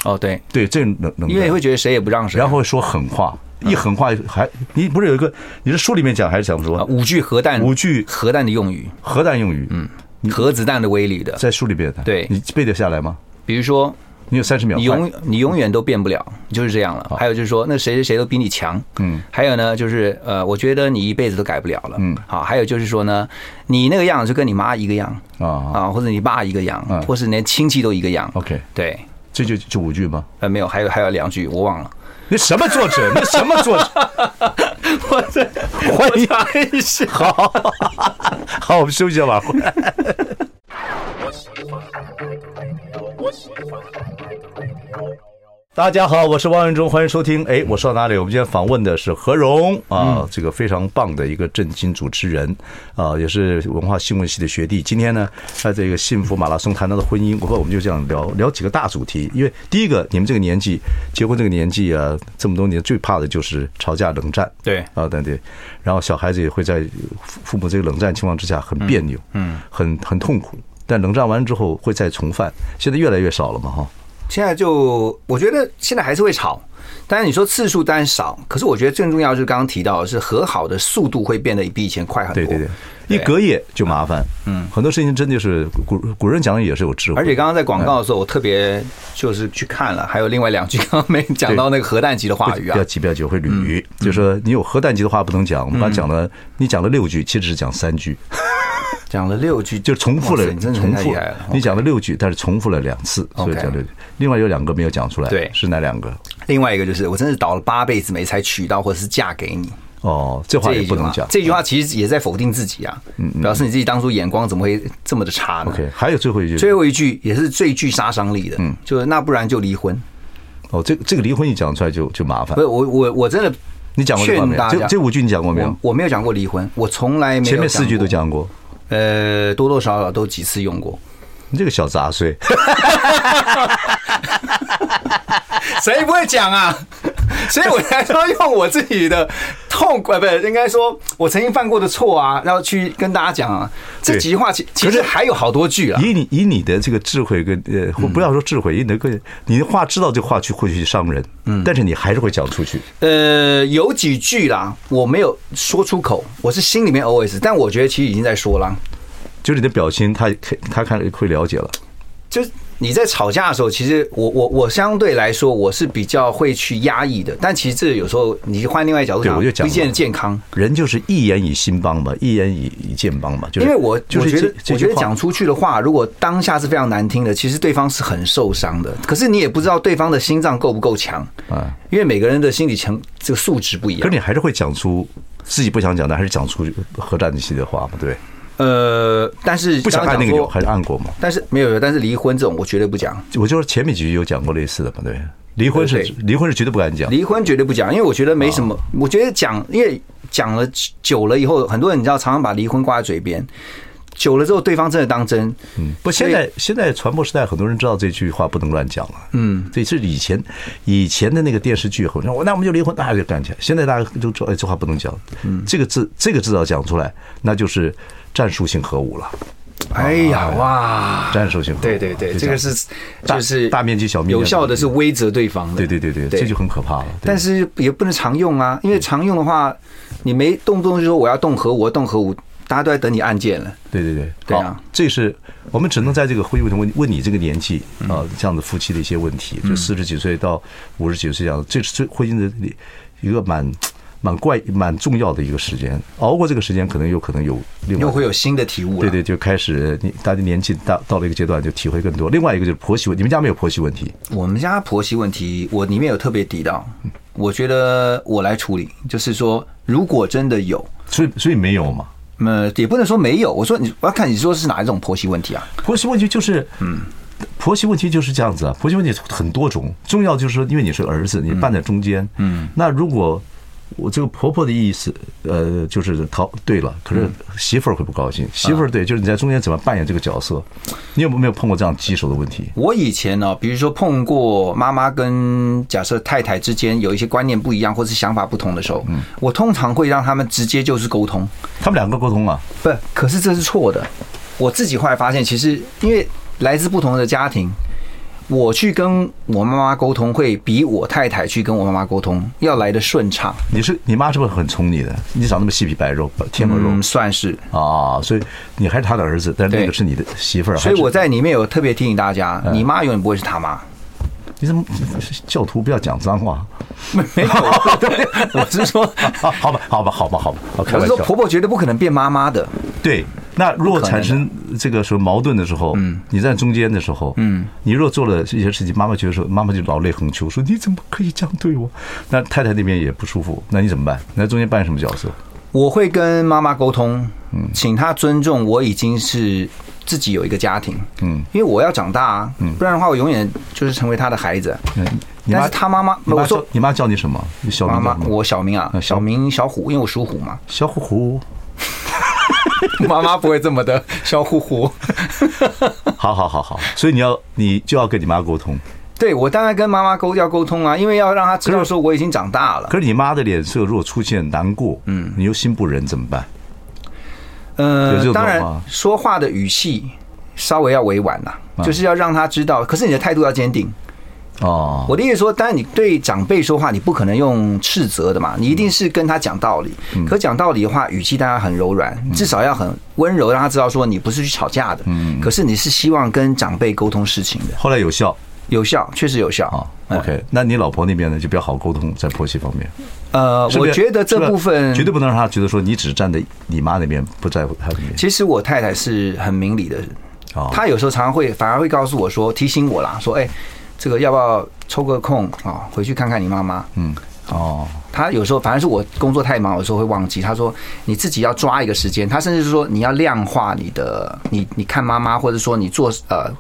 Speaker 2: 哦，对，
Speaker 1: 对，最冷冷战，
Speaker 2: 因为会觉嗯得谁也不让谁，
Speaker 1: 然后会说狠话，一狠话还你不是有一个你是书里面讲还是讲
Speaker 2: 啊
Speaker 1: 说
Speaker 2: 五句核弹，
Speaker 1: 五句
Speaker 2: 核弹的用语，
Speaker 1: 核弹用语？嗯，
Speaker 2: 核子弹的威力的，
Speaker 1: 在书里边的，
Speaker 2: 对
Speaker 1: 你背得下来吗？
Speaker 2: 比如说
Speaker 1: 你有三十秒，
Speaker 2: 你永你永远都变不了，就是这样了。还有就是说，那谁谁谁都比你强，嗯。还有呢，就是呃，我觉得你一辈子都改不了了，嗯。好，还有就是说呢，你那个样子就跟你妈一个样
Speaker 1: 啊啊
Speaker 2: 啊，或者你爸一个样
Speaker 1: 嗯，
Speaker 2: 或是连亲戚都一个样。
Speaker 1: ，OK，
Speaker 2: 对，
Speaker 1: 这就就五句吗？
Speaker 2: 呃，没有，还有还有两句我忘了。
Speaker 1: 那什么作 者？那什么作者？
Speaker 2: 我哎这
Speaker 1: 欢迎
Speaker 2: 查一下。
Speaker 1: 好好，我们休息一下吧。 回来大家好，我是王永忠，欢迎收听。哎，我说到哪里？我们今天访问的是何荣啊，
Speaker 2: 嗯
Speaker 1: 这个非常棒的一个震惊主持人啊，也是文化新闻系的学弟。今天呢，在这个幸福马拉松谈到的婚姻，我我们就这样聊聊几个大主题。因为第一个，你们这个年纪结婚这个年纪啊，这么多年最怕的就是吵架、冷战。
Speaker 2: 对
Speaker 1: 啊，对对，然后小孩子也会在父父母这个冷战情况之下很别扭，嗯，很很痛苦。但冷战完之后会再重犯，现在越来越少了嘛，哈。
Speaker 2: 现在就我觉得现在还是会吵，但是你说次数当然少，可是我觉得更重要就是刚刚提到的是和好的速度会变得比以前快很多。
Speaker 1: 对对对，一隔夜就麻烦，嗯，很多事情真的是古古人讲的也是有智慧，
Speaker 2: 而且刚刚在广告的时候，我特别就是去看了，还有另外两句刚刚没讲到那个核弹级的话语
Speaker 1: 不
Speaker 2: 啊嗯
Speaker 1: 要，急，不要急，我会捋。就是说你有核弹级的话不能讲，我们刚才讲了，你讲了六句，其实只讲三句，
Speaker 2: 讲了六句，
Speaker 1: 就是重复了
Speaker 2: 哇塞你，真的
Speaker 1: 重
Speaker 2: 太
Speaker 1: 复
Speaker 2: 厉害啊了。
Speaker 1: 你讲了六句，但是重复了两次，所以
Speaker 2: OK
Speaker 1: 讲六句。另外有两个没有讲出来，
Speaker 2: 对
Speaker 1: 是哪两个？
Speaker 2: 另外一个就是，我真是倒了八辈子霉才娶到或者是嫁给你，
Speaker 1: 哦，这话
Speaker 2: 这
Speaker 1: 也
Speaker 2: 一句
Speaker 1: 不能
Speaker 2: 话
Speaker 1: 讲，。嗯
Speaker 2: 这句话其实也在否定自己啊，表示你自己当初眼光怎么会这么的差呢
Speaker 1: OK，还有最后一句，
Speaker 2: 最后一句也是最具杀伤力的，嗯，就是那不然就离婚。
Speaker 1: 哦，这个这个离婚一讲出来就就麻烦
Speaker 2: 不。是我我我真的，
Speaker 1: 你讲过这
Speaker 2: 呃劝
Speaker 1: 话没有？
Speaker 2: 大
Speaker 1: 这
Speaker 2: 家
Speaker 1: 这五句你讲过没有
Speaker 2: 我？我没有讲过离婚，我从来没有
Speaker 1: 前面四句都
Speaker 2: 过，
Speaker 1: 讲过，
Speaker 2: 呃，多多少少都几次用过。
Speaker 1: 你这个小杂 碎。
Speaker 2: 谁不会讲啊？所以我才说用我自己的痛苦，呃，不是应该说我曾经犯过的错啊，然后去跟大家讲啊。这
Speaker 1: 对
Speaker 2: 几句话其其
Speaker 1: 可是
Speaker 2: 实还有好多句啊。
Speaker 1: 以你以你的这个智慧跟呃，
Speaker 2: 嗯
Speaker 1: 或不要说智慧，以你的个你的话知道这话去会去伤人，嗯，但是你还是会讲出去。
Speaker 2: 呃，有几句啦，我没有说出口，我是心里面 OS，但我觉得其实已经在说了。
Speaker 1: 就是你的表情，他他他看会了解了。
Speaker 2: 就是你在吵架的时候，其实我我我相对来说我是比较会去压抑的，但其实这有时候你换另外一个角度
Speaker 1: 对
Speaker 2: 想，
Speaker 1: 我就讲
Speaker 2: 不见得
Speaker 1: 了
Speaker 2: 健康。
Speaker 1: 人就是一言以心帮嘛，一言以以剑帮嘛，就是
Speaker 2: 因为我
Speaker 1: 就
Speaker 2: 我
Speaker 1: 是
Speaker 2: 觉得
Speaker 1: 这
Speaker 2: 我觉得，
Speaker 1: 这句话
Speaker 2: 讲出去的话，如果当下是非常难听的，其实对方是很受伤的。可是你也不知道对方的心脏够不够强
Speaker 1: 啊，
Speaker 2: 因为每个人的心理层这个素质不一
Speaker 1: 可是
Speaker 2: 样。
Speaker 1: 你还是会讲出自己不想讲的，还是讲出核战系的话嘛，对不对，
Speaker 2: 呃，但是
Speaker 1: 不想
Speaker 2: 刚
Speaker 1: 按
Speaker 2: 刚
Speaker 1: 那个
Speaker 2: 讲
Speaker 1: 钮
Speaker 2: 说
Speaker 1: 还是按过嘛。
Speaker 2: 但是没有，但是离婚这种我绝对不讲，
Speaker 1: 我就说前面几句有讲过类似的嘛，对，离婚是
Speaker 2: 对对
Speaker 1: 离婚是绝对不敢讲，
Speaker 2: 离婚绝对不讲，因为我觉得没什
Speaker 1: 啊
Speaker 2: 么。我觉得讲，因为讲了久了以后，很多人你知道，常常把离婚挂在嘴边，久了之后，对方真的当真。嗯，
Speaker 1: 不，现在现在传播时代，很多人知道这句话不能乱讲了。嗯，这是以前以前的那个电视剧，好像我那我们就离婚，大家就干起来。现在大家都知道，哎，这话不能讲。嗯，这个字这个字要讲出来，那就是战术性核武了。
Speaker 2: 哎呀哇，
Speaker 1: 战术性核武，
Speaker 2: 对对对，
Speaker 1: 就
Speaker 2: 这
Speaker 1: 样
Speaker 2: 个是
Speaker 1: 大
Speaker 2: 就是
Speaker 1: 大面积小面积啊
Speaker 2: 有效的是威责对方的。
Speaker 1: 对对对对，这就很可怕了。对
Speaker 2: 但是也不能常用啊，因为常用的话，你没动不动就说我要动核武，我要动核武，大家都在等你按键了。
Speaker 1: 对对对，
Speaker 2: 对
Speaker 1: 好
Speaker 2: 啊
Speaker 1: 这是我们只能在这个婚姻问题问问你这个年纪
Speaker 2: 嗯
Speaker 1: 啊，这样子夫妻的一些问题，就四十几岁到五十几岁这样，这是最婚姻的里一个蛮蛮怪蛮重要的一个时间，熬过这个时间，可能有可能有另
Speaker 2: 又
Speaker 1: 外。
Speaker 2: 会有新的体悟了。
Speaker 1: 对对，就开始你大家年纪大到了一个阶段，就体会更多。另外一个就是婆媳问，你们家没有婆媳问题，
Speaker 2: 我们家婆媳问题，我里面有特别提到，
Speaker 1: 嗯
Speaker 2: 我觉得我来处理，就是说，如果真的有，
Speaker 1: 所以所以没有嘛。
Speaker 2: 那、么也不能说没有，我说你，我要看你说是哪一种婆媳问题啊？
Speaker 1: 婆媳问题就是，嗯，婆媳问题就是这样子啊。婆媳问题很多种，重要就是说，因为你是儿子，你伴在中间，嗯，那如果我这个婆婆的意思，呃，就是逃对了，可是媳妇儿会不高
Speaker 2: 啊
Speaker 1: 兴，媳妇儿对，就是你在中间怎么扮演这个角色？你有没有碰过这样棘手的问题？
Speaker 2: 我以前呢、比如说碰过妈妈跟假设太太之间有一些观念不一样，或是想法不同的时候，
Speaker 1: 嗯
Speaker 2: 我通常会让他们直接就是沟通，
Speaker 1: 他们两个沟通啊，
Speaker 2: 不，可是这是错的。我自己后来发现，其实因为来自不同的家庭，我去跟我妈妈沟通，会比我太太去跟我妈妈沟通要来的顺畅。
Speaker 1: 你是你妈是不是很宠你的？你长那么细皮白肉，天鹅肉。
Speaker 2: 嗯，算是。
Speaker 1: 啊，所以你还是他的儿子，但是那个
Speaker 2: 对
Speaker 1: 是你的媳妇儿。
Speaker 2: 所以
Speaker 1: 还是嗯
Speaker 2: 我在里面有特别提醒大家，你妈永远不会是他妈。
Speaker 1: 你怎么教徒不要讲脏话？
Speaker 2: 没没有，我是说，
Speaker 1: 啊，好吧，好吧，好吧，好吧，好吧开
Speaker 2: 我
Speaker 1: 玩
Speaker 2: 是说
Speaker 1: 笑。
Speaker 2: 婆婆绝对不可能变妈妈的。
Speaker 1: 对，那如果
Speaker 2: 不可能
Speaker 1: 产
Speaker 2: 的
Speaker 1: 生这个什么矛盾的时候，嗯，你站中间的时候，嗯，你若做了一些事情，妈妈觉得说，妈妈就老泪横秋，说你怎么可以这样对我？那太太那边也不舒服，那你怎么办？那中间扮演什么角色？
Speaker 2: 我会跟妈妈沟通，请她尊重我已经是自己有一个家庭，
Speaker 1: 嗯，
Speaker 2: 因为我要长大啊，不然的话我永远就是成为她的孩子。
Speaker 1: 嗯，你
Speaker 2: 但
Speaker 1: 妈
Speaker 2: 是她妈妈，
Speaker 1: 你
Speaker 2: 我
Speaker 1: 妈
Speaker 2: 说
Speaker 1: 叫你妈叫你什么？你小
Speaker 2: 妈
Speaker 1: 名叫
Speaker 2: 妈
Speaker 1: 什，么？
Speaker 2: 我小名啊，
Speaker 1: 嗯小
Speaker 2: 小名小虎，因为我属虎嘛，
Speaker 1: 小虎虎。
Speaker 2: 妈妈不会这么的小虎虎。
Speaker 1: 好好好好，所以你要你就要跟你妈沟通。
Speaker 2: 对我当然跟妈妈沟要沟通啊，因为要让她知道说我已经长大了。
Speaker 1: 可是你妈的脸色如果出现难过，嗯，你又心不忍怎么办？有这
Speaker 2: 呃
Speaker 1: 种，
Speaker 2: 当然
Speaker 1: 状况
Speaker 2: 说话的语气稍微要委婉啦、就是要让她知道，可是你的态度要坚定。
Speaker 1: 哦，
Speaker 2: 我的意思说，当然你对长辈说话，你不可能用斥责的嘛，你一定是跟他讲道理。
Speaker 1: 嗯
Speaker 2: 可讲道理的话，语气当然很柔软，至少要很温柔，让他知道说你不是去吵架的，
Speaker 1: 嗯
Speaker 2: 可是你是希望跟长辈沟通事情的，
Speaker 1: 后来有效
Speaker 2: 有效，确实有效。
Speaker 1: 啊。
Speaker 2: 嗯
Speaker 1: OK，那你老婆那边呢就比较好沟通，在婆媳方面，
Speaker 2: 呃，
Speaker 1: 是不
Speaker 2: 我
Speaker 1: 是
Speaker 2: 觉得
Speaker 1: 是
Speaker 2: 这
Speaker 1: 不是
Speaker 2: 部分
Speaker 1: 绝对不能让她觉得说你只站在你妈那边，不在乎她那边。
Speaker 2: 其实我太太是很明理的人
Speaker 1: 哦，
Speaker 2: 她有时候常常会反而会告诉我说，提醒我啦，说哎、这个要不要抽个空啊、回去看看你妈妈？
Speaker 1: 嗯，哦，
Speaker 2: 她有时候反正是我工作太忙，有时候会忘记。她说你自己要抓一个时间，她甚至是说你要量化你的，你你看妈妈，或者说你做呃。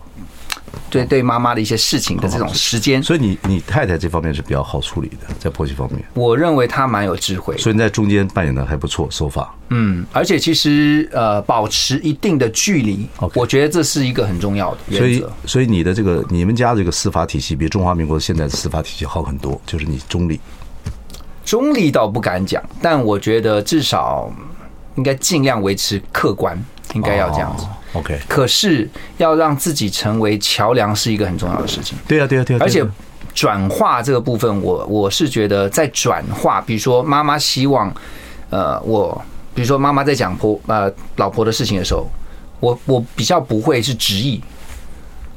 Speaker 2: 对对，妈妈的一些事情的这种时间，
Speaker 1: 所以你你太太这方面是比较好处理的，在婆媳方面，
Speaker 2: 我认为她蛮有智慧的。
Speaker 1: 所以你在中间扮演的还不错，手法。
Speaker 2: 嗯，而且其实呃，保持一定的距离
Speaker 1: OK
Speaker 2: 我觉得这是一个很重要的
Speaker 1: 所
Speaker 2: 原
Speaker 1: 以
Speaker 2: 则。，
Speaker 1: 所以你的这个你们家这个司法体系比中华民国现在的司法体系好很多，就是你中立。
Speaker 2: 中立倒不敢讲，但我觉得至少应该尽量维持客观，应该要这样子。
Speaker 1: 哦 OK，
Speaker 2: 可是要让自己成为桥梁是一个很重要的事情，
Speaker 1: 对呀、对呀、对呀、
Speaker 2: 而且
Speaker 1: 对呀
Speaker 2: 转化这个部分，我我是觉得在转化，比如说妈妈希望，呃，我比如说妈妈在讲婆呃老婆的事情的时候，我我比较不会是直译，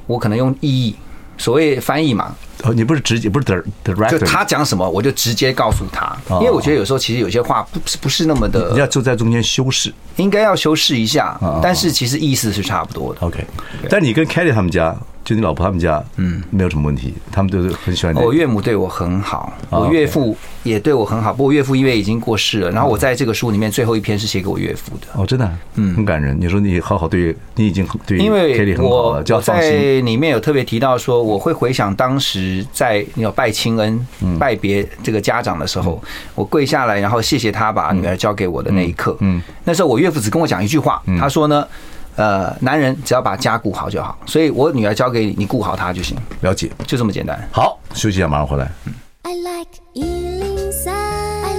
Speaker 2: 我可能用意译，所谓翻译嘛，
Speaker 1: 哦你不是直接不是 dir-
Speaker 2: 就
Speaker 1: director，
Speaker 2: 他讲什么，我就直接告诉他，
Speaker 1: 哎哦
Speaker 2: 因为我觉得有时候其实有些话不是不是那么
Speaker 1: 你要
Speaker 2: 的，
Speaker 1: 就在中间修饰。
Speaker 2: 应该要修饰一下
Speaker 1: 哦哦，
Speaker 2: 但是其实意思是差不多的。
Speaker 1: OK，但你跟 Kelly 他们家，就你老婆他们家，嗯，没有什么问题，他们都是很喜欢你。
Speaker 2: 我哦岳母对我很好，
Speaker 1: 哦
Speaker 2: 我岳父也对我很好，不过我岳父因为已经过世了，然后我在这个书里面最后一篇是写给我岳父的，
Speaker 1: 哦，真的啊，嗯，很感人。你说你好好对，你已经很对 Kelly
Speaker 2: 因为
Speaker 1: 很好
Speaker 2: 我
Speaker 1: 了，就要
Speaker 2: 我
Speaker 1: 放
Speaker 2: 在
Speaker 1: 心。
Speaker 2: 里面有特别提到说，我会回想当时在你有拜亲恩、
Speaker 1: 嗯
Speaker 2: 拜别这个家长的时候，我跪下来，然后谢谢他把女儿交给我的那一刻，
Speaker 1: 嗯嗯嗯嗯
Speaker 2: 那时候我岳父只跟我讲一句话，他说呢。呃，男人只要把家顾好就好，所以我女儿交给你，你顾好她就行，
Speaker 1: 了解。
Speaker 2: 就这么简单。
Speaker 1: 好，休息一下，马上回来。
Speaker 3: I like Ealing Sound. I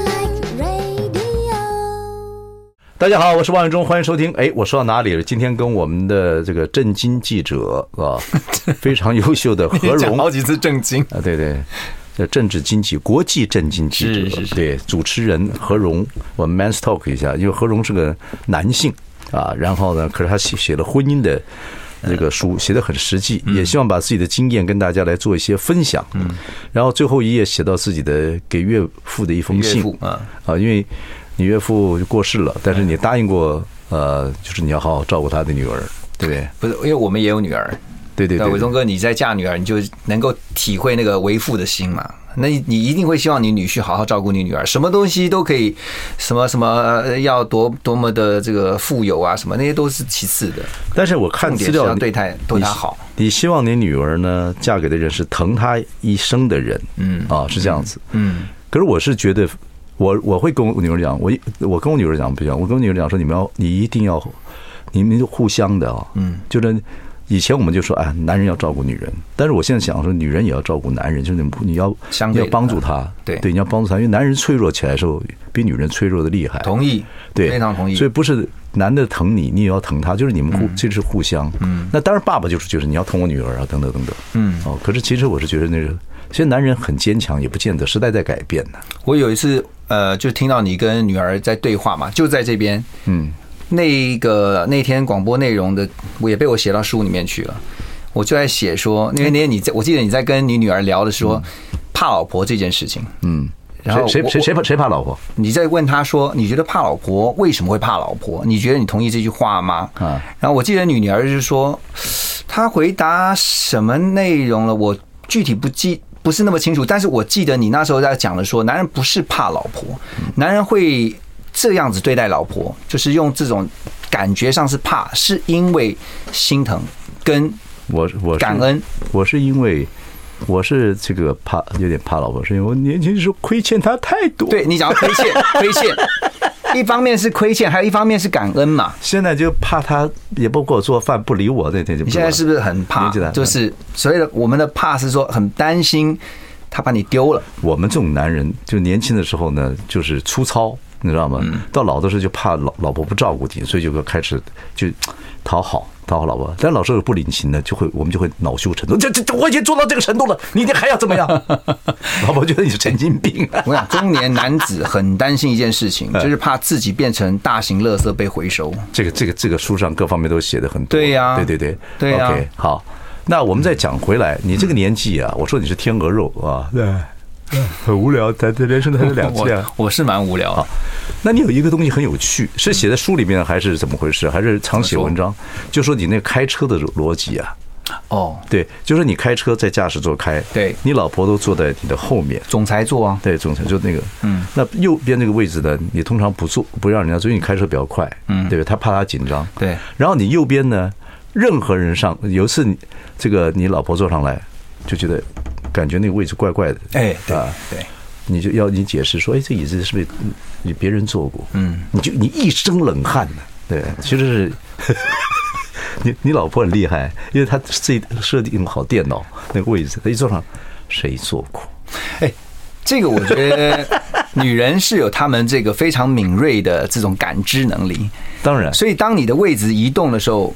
Speaker 3: like radio.
Speaker 1: 大家好，我是万永忠，欢迎收听。哎，我说到哪里了？今天跟我们的这个震惊记者 啊，非常优秀的何荣
Speaker 2: 几次震惊，
Speaker 1: 啊，对对，这政治经济国际政经记者，
Speaker 2: 是是是
Speaker 1: 对主持人何荣，我们 man's talk 一下，因为何荣是个男性啊，然后呢，可是他写写了婚姻的。这个书写的很实际，也希望把自己的经验跟大家来做一些分享。嗯，然后最后一页写到自己的给岳父的一封信
Speaker 2: 岳父啊
Speaker 1: 啊，因为你岳父过世了，但是你答应过呃，就是你要好好照顾他的女儿，对不对？
Speaker 2: 不是因为我们也有女儿，
Speaker 1: 对对
Speaker 2: 对，
Speaker 1: 对，
Speaker 2: 伟忠哥，你在嫁女儿，你就能够体会那个为父的心嘛。那你你一定会希望你女婿好好照顾你女儿，什么东西都可以，什么什么呃要多多么的这个富有啊，什么那些都是其次的。
Speaker 1: 但是我看
Speaker 2: 重
Speaker 1: 资
Speaker 2: 点是
Speaker 1: 料
Speaker 2: 要
Speaker 1: 你，
Speaker 2: 对待对她好
Speaker 1: 你。你希望你女儿呢嫁给的人是疼她一生的人，嗯啊，是这样子。
Speaker 2: 嗯，
Speaker 1: 可是我是觉得，我我会跟我女儿讲，我一我跟我女儿讲不一样，我跟我女儿讲说，你们要你一定要，你们互相的啊，嗯，就是。以前我们就说，哎，男人要照顾女人，但是我现在想说，女人也要照顾男人，就是你你要
Speaker 2: 相
Speaker 1: 你
Speaker 2: 对
Speaker 1: 要
Speaker 2: 的
Speaker 1: 帮助他，
Speaker 2: 对
Speaker 1: 对，你要帮助他，因为男人脆弱起来的时候，比女人脆弱的厉害。
Speaker 2: 同意，
Speaker 1: 对，
Speaker 2: 非常同意。
Speaker 1: 所以不是男的疼你，你也要疼他，就是你们互，这是互相。嗯，那当然，爸爸就是就是你要疼我女儿啊，等等等等。
Speaker 2: 嗯，
Speaker 1: 哦，可是其实我是觉得那个，其实男人很坚强，也不见得，时代在改变呢。
Speaker 2: 我有一次呃，就听到你跟女儿在对话嘛，就在这边，
Speaker 1: 嗯，
Speaker 2: 那个那天广播内容的，我也被我写到书里面去了。我就在写说，因为那天你在，我记得你在跟你女儿聊的说，怕老婆这件事情。
Speaker 1: 嗯，
Speaker 2: 然后
Speaker 1: 谁
Speaker 2: 我
Speaker 1: 谁谁谁怕谁怕老婆？
Speaker 2: 你在问他说，你觉得怕老婆为什么会怕老婆？你觉得你同意这句话吗？
Speaker 1: 啊
Speaker 2: 然后我记得女女儿就说，她回答什么内容了？我具体不记，不是那么清楚。但是我记得你那时候在讲了说，男人不是怕老婆，
Speaker 1: 嗯
Speaker 2: 男人会这样子对待老婆，就是用这种感觉上是怕，是因为心疼跟
Speaker 1: 我我是
Speaker 2: 感恩。
Speaker 1: 我是因为我是这个怕有点怕老婆，是因为我年轻时候亏欠她太多。，
Speaker 2: 对你讲到亏欠，亏欠。一方面是亏欠，还有一方面是感恩嘛。
Speaker 1: 现在就怕她也不给我做饭，不理我那天就。
Speaker 2: 你现在是不是很怕
Speaker 1: 年纪大？嗯
Speaker 2: 就是所谓的我们的怕是说很担心他把你 丢了。
Speaker 1: 我们这种男人，就年轻的时候呢，就是粗糙，你知道吗？到老的时候就怕老老婆不照顾你，所以就开始就讨好讨好老婆。但老是不领情呢，就会我们就会恼羞成怒。这这这，我已经做到这个程度了，你这还要怎么 样？老婆觉得你是神经病、啊
Speaker 2: 我想中年男子很担心一件事情，就是怕自己变成大型垃圾被回收。
Speaker 1: 这个这个这个书上各方面都写的很多。
Speaker 2: 对呀
Speaker 1: 对对对，
Speaker 2: 对呀
Speaker 1: OK，好，那我们再讲回来，你这个年纪啊，我说你是天鹅肉啊，对，很无聊，咱这人生才 两次
Speaker 2: 我
Speaker 1: 啊。
Speaker 2: 我是蛮无聊的，
Speaker 1: 那你有一个东西很有
Speaker 2: 嗯
Speaker 1: 趣，是写在书里面还是怎么回事？还是常写文章？就说你那个开车的逻辑啊，
Speaker 2: 哦，
Speaker 1: 对，就说你开车在驾驶座开，
Speaker 2: 对
Speaker 1: 你老婆都坐在你的后面。
Speaker 2: 总裁座啊，
Speaker 1: 对，总裁就那个，嗯，那右边那个位置呢，你通常不坐，不让人家坐，因为你开车比较快，嗯，对吧？他怕他紧张，
Speaker 2: 对
Speaker 1: 然后你右边呢，任何人上，有一次你这个你老婆坐上来，就觉得感觉那个位置怪怪的，
Speaker 2: 哎，对
Speaker 1: 啊
Speaker 2: 对，
Speaker 1: 你就要你解释说，哎，这椅子是不是嗯你别人坐过？嗯，你就你一身冷汗呢、对，其实是 你你老婆很厉害，因为她自己设定好电脑那个位置，她一坐上，谁坐过？
Speaker 2: 哎，这个我觉得女人是有她们这个非常敏锐的这种感知 能力。
Speaker 1: 当然，
Speaker 2: 所以当你的位置移动的时候，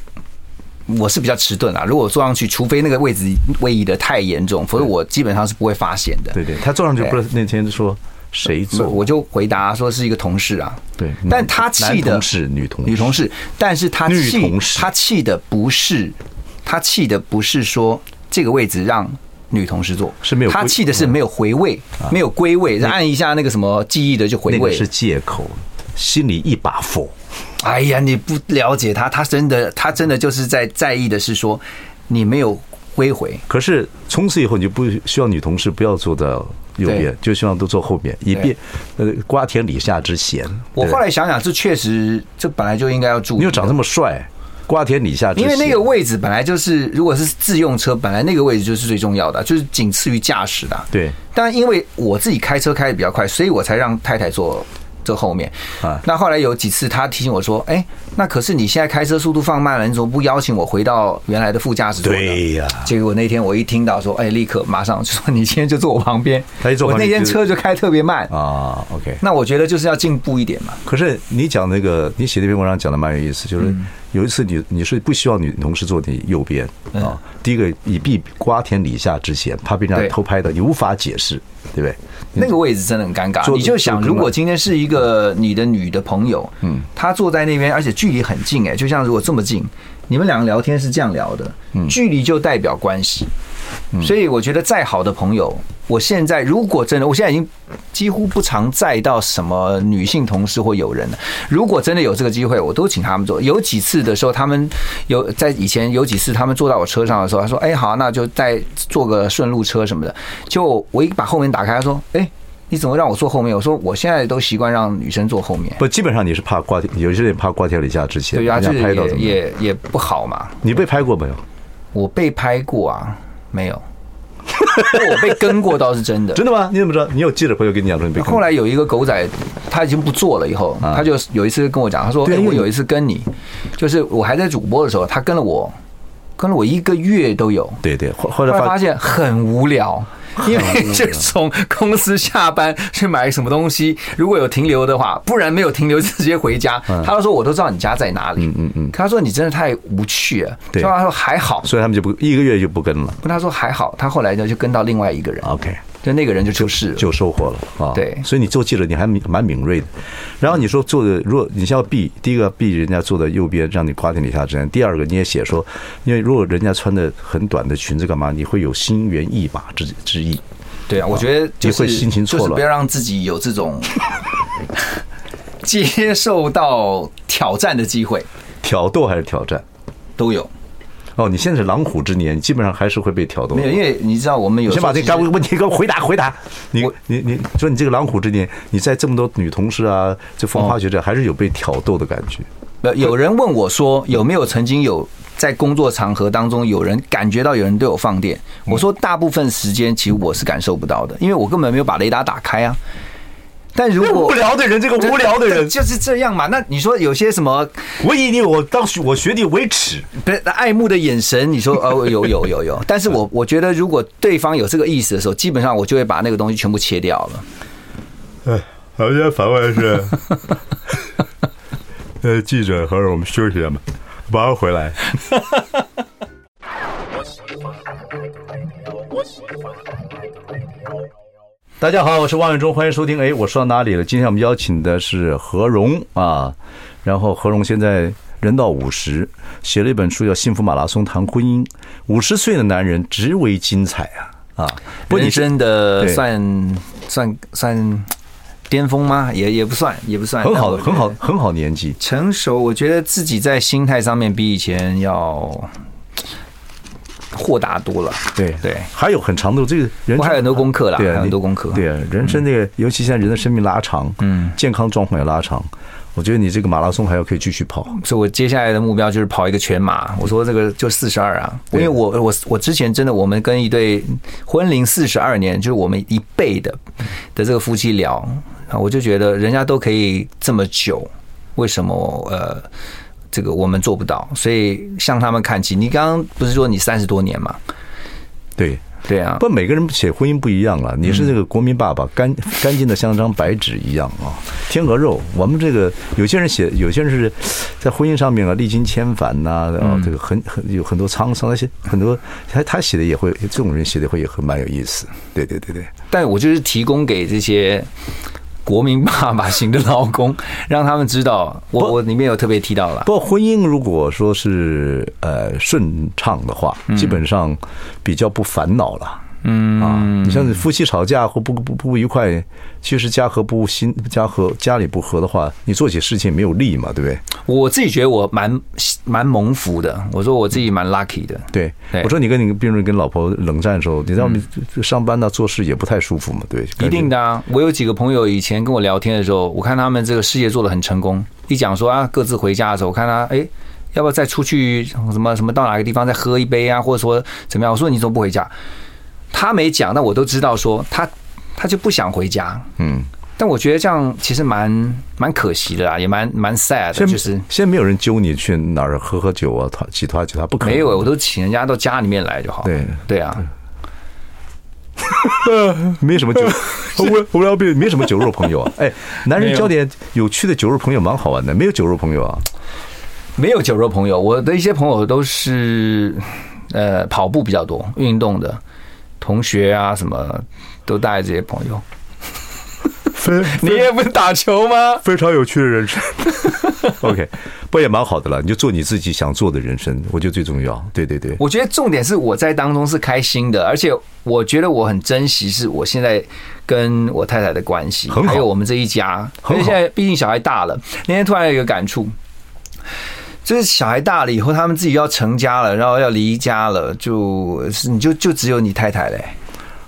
Speaker 2: 我是比较迟钝啊。如果坐上去，除非那个位置位移的太严重，否则我基本上是不会发现的。
Speaker 1: 对对，她坐上去不是那天说谁
Speaker 2: 所
Speaker 1: 坐
Speaker 2: 以
Speaker 1: 过？
Speaker 2: 我就回答说是一个同事啊。
Speaker 1: 对
Speaker 2: 但他气
Speaker 1: 男
Speaker 2: 的
Speaker 1: 同事女同事
Speaker 2: 女同事，但是他
Speaker 1: 女
Speaker 2: 气
Speaker 1: 同事
Speaker 2: 他气的不是他气的不是说这个位置让。女同事坐
Speaker 1: 是没有归嗯啊
Speaker 2: 他气的是没有回位，没有归位，按一下那个什么记忆的就回
Speaker 1: 那个
Speaker 2: 位。
Speaker 1: 是借口，心里一把火。
Speaker 2: 哎呀，你不了解他，他真的，他真的就是在在意的是说，你没有归回，
Speaker 1: 可是从此以后，你就不希望女同事不要坐到右边
Speaker 2: 对，
Speaker 1: 就希望都坐后面，以便呃瓜田李下之嫌。
Speaker 2: 我
Speaker 1: 对
Speaker 2: 后来想想，这确实，这本来就应该要注意。
Speaker 1: 你又长这么帅，瓜田李下之
Speaker 2: 因
Speaker 1: 嫌。
Speaker 2: 为那个位置本来就是，如果是自用车，本来那个位置就是最重要的，啊就是仅次于驾驶的。啊
Speaker 1: 对
Speaker 2: 但因为我自己开车开的比较快，所以我才让太太坐这后面。
Speaker 1: 啊
Speaker 2: 那后来有几次她提醒我说：“哎，那可是你现在开车速度放慢了，你怎么不邀请我回到原来的副驾驶座呢？”
Speaker 1: 对呀
Speaker 2: 结果那天我一听到说：“哎，立刻马上就说你今天就坐我旁边。”
Speaker 1: 她一坐
Speaker 2: 我
Speaker 1: 旁
Speaker 2: 那
Speaker 1: 边
Speaker 2: 天
Speaker 1: 就
Speaker 2: 车就开特别慢。
Speaker 1: 啊，OK。
Speaker 2: 那我觉得就是要进步一点嘛。
Speaker 1: 可是你讲那个，你写那篇文章讲的蛮有意思，就是
Speaker 2: 嗯
Speaker 1: 有一次你你是不希望女同事坐你右边
Speaker 2: 嗯
Speaker 1: 啊，第一个以避瓜田李下之嫌，怕被人
Speaker 2: 对
Speaker 1: 家偷拍到，你无法解释，对不对？
Speaker 2: 那个位置真的很尴尬。
Speaker 1: 坐
Speaker 2: 你就想，
Speaker 1: 坐
Speaker 2: 如
Speaker 1: 坑
Speaker 2: 果
Speaker 1: 了
Speaker 2: 今天是一个你的女的朋友，嗯，她坐在那边，而且距离很近，哎，就像如果这么近，你们两个聊天是这样聊的，
Speaker 1: 嗯
Speaker 2: 距离就代表关系。所以我觉得再好的朋友，我现在如果真的，我现在已经几乎不常载到什么女性同事或友人了。如果真的有这个机会，我都请他们坐。有几次的时候，他们有在以前有几次他们坐到我车上的时候，他说：“哎，好，那就再坐个顺路车什么的。”就我一把后门打开，他说：“哎，你怎么让我坐后面？”我说：“我现在都习惯让女生坐后面。”
Speaker 1: 不，基本上你是怕瓜田，有些人怕瓜田李下之嫌，
Speaker 2: 对啊，
Speaker 1: 人
Speaker 2: 这
Speaker 1: 家拍到
Speaker 2: 也
Speaker 1: 怎么办？
Speaker 2: 也也不好嘛。
Speaker 1: 你被拍过没有？
Speaker 2: 我被拍过啊，没有。我被跟过倒是真的，
Speaker 1: 真的吗？你怎么知道？你有记者朋友跟你讲说你被坑
Speaker 2: 后来有一个狗仔，他已经不做了，以后、他就有一次跟我讲，他说：“
Speaker 1: 对
Speaker 2: 哎，
Speaker 1: 因为
Speaker 2: 啊我有
Speaker 1: 你
Speaker 2: 一次跟你，就是我还在主播的时候，他跟了我，跟了我一个月都有。
Speaker 1: 对对，后后
Speaker 2: 后
Speaker 1: 来
Speaker 2: 来
Speaker 1: 发
Speaker 2: 发现很无聊，因为就从公司下班去买什么东西，如果有停留的话，不然没有停留直接回家。他就说我都知道你家在哪里，嗯嗯，他说你真的太无趣了，
Speaker 1: 对
Speaker 2: 所以他说还好，
Speaker 1: 所以他们就不一个月就不跟了。啊
Speaker 2: 他说还好，他后来呢就跟到另外一个人，
Speaker 1: OK，
Speaker 2: 就那个人就出事了，
Speaker 1: 就有收获了啊。
Speaker 2: 对
Speaker 1: 所以你做记者你还敏蛮敏锐的。然后你说做的，如果你像要避，第一个避人家坐在右边，让你瓜田李下之嫌；第二个你也写说，因为如果人家穿的很短的裙子干嘛，你会有心猿意马之之意。
Speaker 2: 对啊，我觉得就
Speaker 1: 你
Speaker 2: 是
Speaker 1: 会心情错
Speaker 2: 就是
Speaker 1: 乱
Speaker 2: 不要让自己有这 种接受到挑战的机会
Speaker 1: 挑逗还是挑战？
Speaker 2: 都有。
Speaker 1: 哦，你现在是狼虎之年，基本上还是会被挑逗。
Speaker 2: 没有，因为你知道我们有
Speaker 1: 你先把这
Speaker 2: 干
Speaker 1: 个问题给我回答回答。你
Speaker 2: 我
Speaker 1: 你你说你这个狼虎之年，你在这么多女同事啊，这风花雪
Speaker 2: 哦
Speaker 1: 月，还是有被挑逗的感觉。
Speaker 2: 呃，有人问我说，有没有曾经有在工作场合当中有人感觉到有人对我放电？
Speaker 1: 嗯
Speaker 2: 我说大部分时间其实我是感受不到的，因为我根本没有把雷达打开啊。但如 果
Speaker 1: 无聊的人，这个无聊的人，
Speaker 2: 就是这样嘛。那你说有些什么
Speaker 1: 我以你我当学我学弟为耻。
Speaker 2: 不是爱慕的眼神？你说哦，有有有 有。但是我我觉得，如果对方有这个意思的时候，基本上我就会把那个东西全部切掉了。
Speaker 4: 我现在反问的是， 呃，记者和我们休息一下吧，马上回来。
Speaker 1: 大家好，我是王伟忠，欢迎收听。哎，我说到哪里了？今天我们邀请的是何荣啊，然后何荣现在人到五十，写了一本书叫《幸福马拉松谈婚姻》，五十岁的男人极为精彩啊啊！不，
Speaker 2: 人
Speaker 1: 你是
Speaker 2: 生的
Speaker 1: 对
Speaker 2: 算算算巅峰吗？也也不算，也不算。
Speaker 1: 很
Speaker 2: 但
Speaker 1: 好
Speaker 2: 我
Speaker 1: 很好很好年纪，
Speaker 2: 成熟，我觉得自己在心态上面比以前要豁达多了。
Speaker 1: 对
Speaker 2: 对
Speaker 1: 还有很长的这个人生，
Speaker 2: 我还有很多功课啦
Speaker 1: 对啊
Speaker 2: 还有很
Speaker 1: 你
Speaker 2: 多功课嗯
Speaker 1: 对啊，人生这个，尤其现在人的生命拉长，嗯，健康状况也拉长，我觉得你这个马拉松还要可以继续跑。
Speaker 2: 所以我接下来的目标就是跑一个全马。我说这个就四十二啊，因为我我我之前真的我们跟一对婚龄四十二年，就是我们一辈的的这个夫妻聊，啊，我就觉得人家都可以这么久，为什么呃这个我们做不到？所以向他们看齐。你刚刚不是说你三十多年嘛？
Speaker 1: 对，
Speaker 2: 对啊，
Speaker 1: 不，每个人写婚姻不一样了。啊你是这个国民爸爸，干干净的像张白纸一样啊，天鹅肉。我们这个有些人写，有些人是在婚姻上面啊，历经千帆呐、然后这个很很有很多沧桑，那些很多他他写的也会，这种人写的会也很蛮有意思。对对对对，
Speaker 2: 但我就是提供给这些国民爸爸型的老公，让他们知道，我我里面有特别提到了
Speaker 1: 不，过婚姻如果说是呃顺畅的话，
Speaker 2: 嗯
Speaker 1: 基本上比较不烦恼了。嗯啊，你像是夫妻吵架或不不不愉快，其实家和不心家和家里不和的话，你做起事情也没有力嘛，对不对？
Speaker 2: 我自己觉得我蛮蛮蒙福的，我说我自己蛮 lucky 的，
Speaker 1: 对，
Speaker 2: 对嗯
Speaker 1: 我说你跟你，比如跟老婆冷战的时候，你在外面上班呢、做事也不太舒服嘛，对？
Speaker 2: 一定
Speaker 1: 的。
Speaker 2: 的啊。我有几个朋友以前跟我聊天的时候，我看他们这个事业做得很成功，一讲说啊各自回家的时候，我看他哎。要不要再出去什么什么到哪个地方再喝一杯啊，或者说怎么样？我说你怎么不回家？他没讲，但我都知道说他他就不想回家，
Speaker 1: 嗯，
Speaker 2: 但我觉得这样其实蛮蛮可惜的啦，啊也蛮蛮 sad 的，
Speaker 1: 现在
Speaker 2: 就是
Speaker 1: 现在没有人揪你去哪儿喝喝酒啊，团几团几团，不可能。
Speaker 2: 没有，我都请人家到家里面来就好。
Speaker 1: 对
Speaker 2: 对啊，
Speaker 1: 没什么酒，无无聊病，没什么酒肉朋友啊。哎，男人交点有趣的酒肉朋友蛮好玩的，没有酒肉朋友啊。
Speaker 2: 没有酒肉朋友，我的一些朋友都是呃跑步比较多，运动的同学啊什么都带这些朋友。
Speaker 4: 非
Speaker 2: 你也不打球吗？
Speaker 4: 非常有趣的人生，
Speaker 1: OK，不也蛮好的了？你就做你自己想做的人生，我觉得最重要。对对对，
Speaker 2: 我觉得重点是我在当中是开心的，而且我觉得我很珍惜是我现在跟我太太的关系，
Speaker 1: 很好
Speaker 2: 还有我们这一家。
Speaker 1: 很好
Speaker 2: 因为现在毕竟小孩大了，那天突然有一个感触，就是小孩大了以后，他们自己要成家了，然后要离家了，就是你就就只有你太太嘞。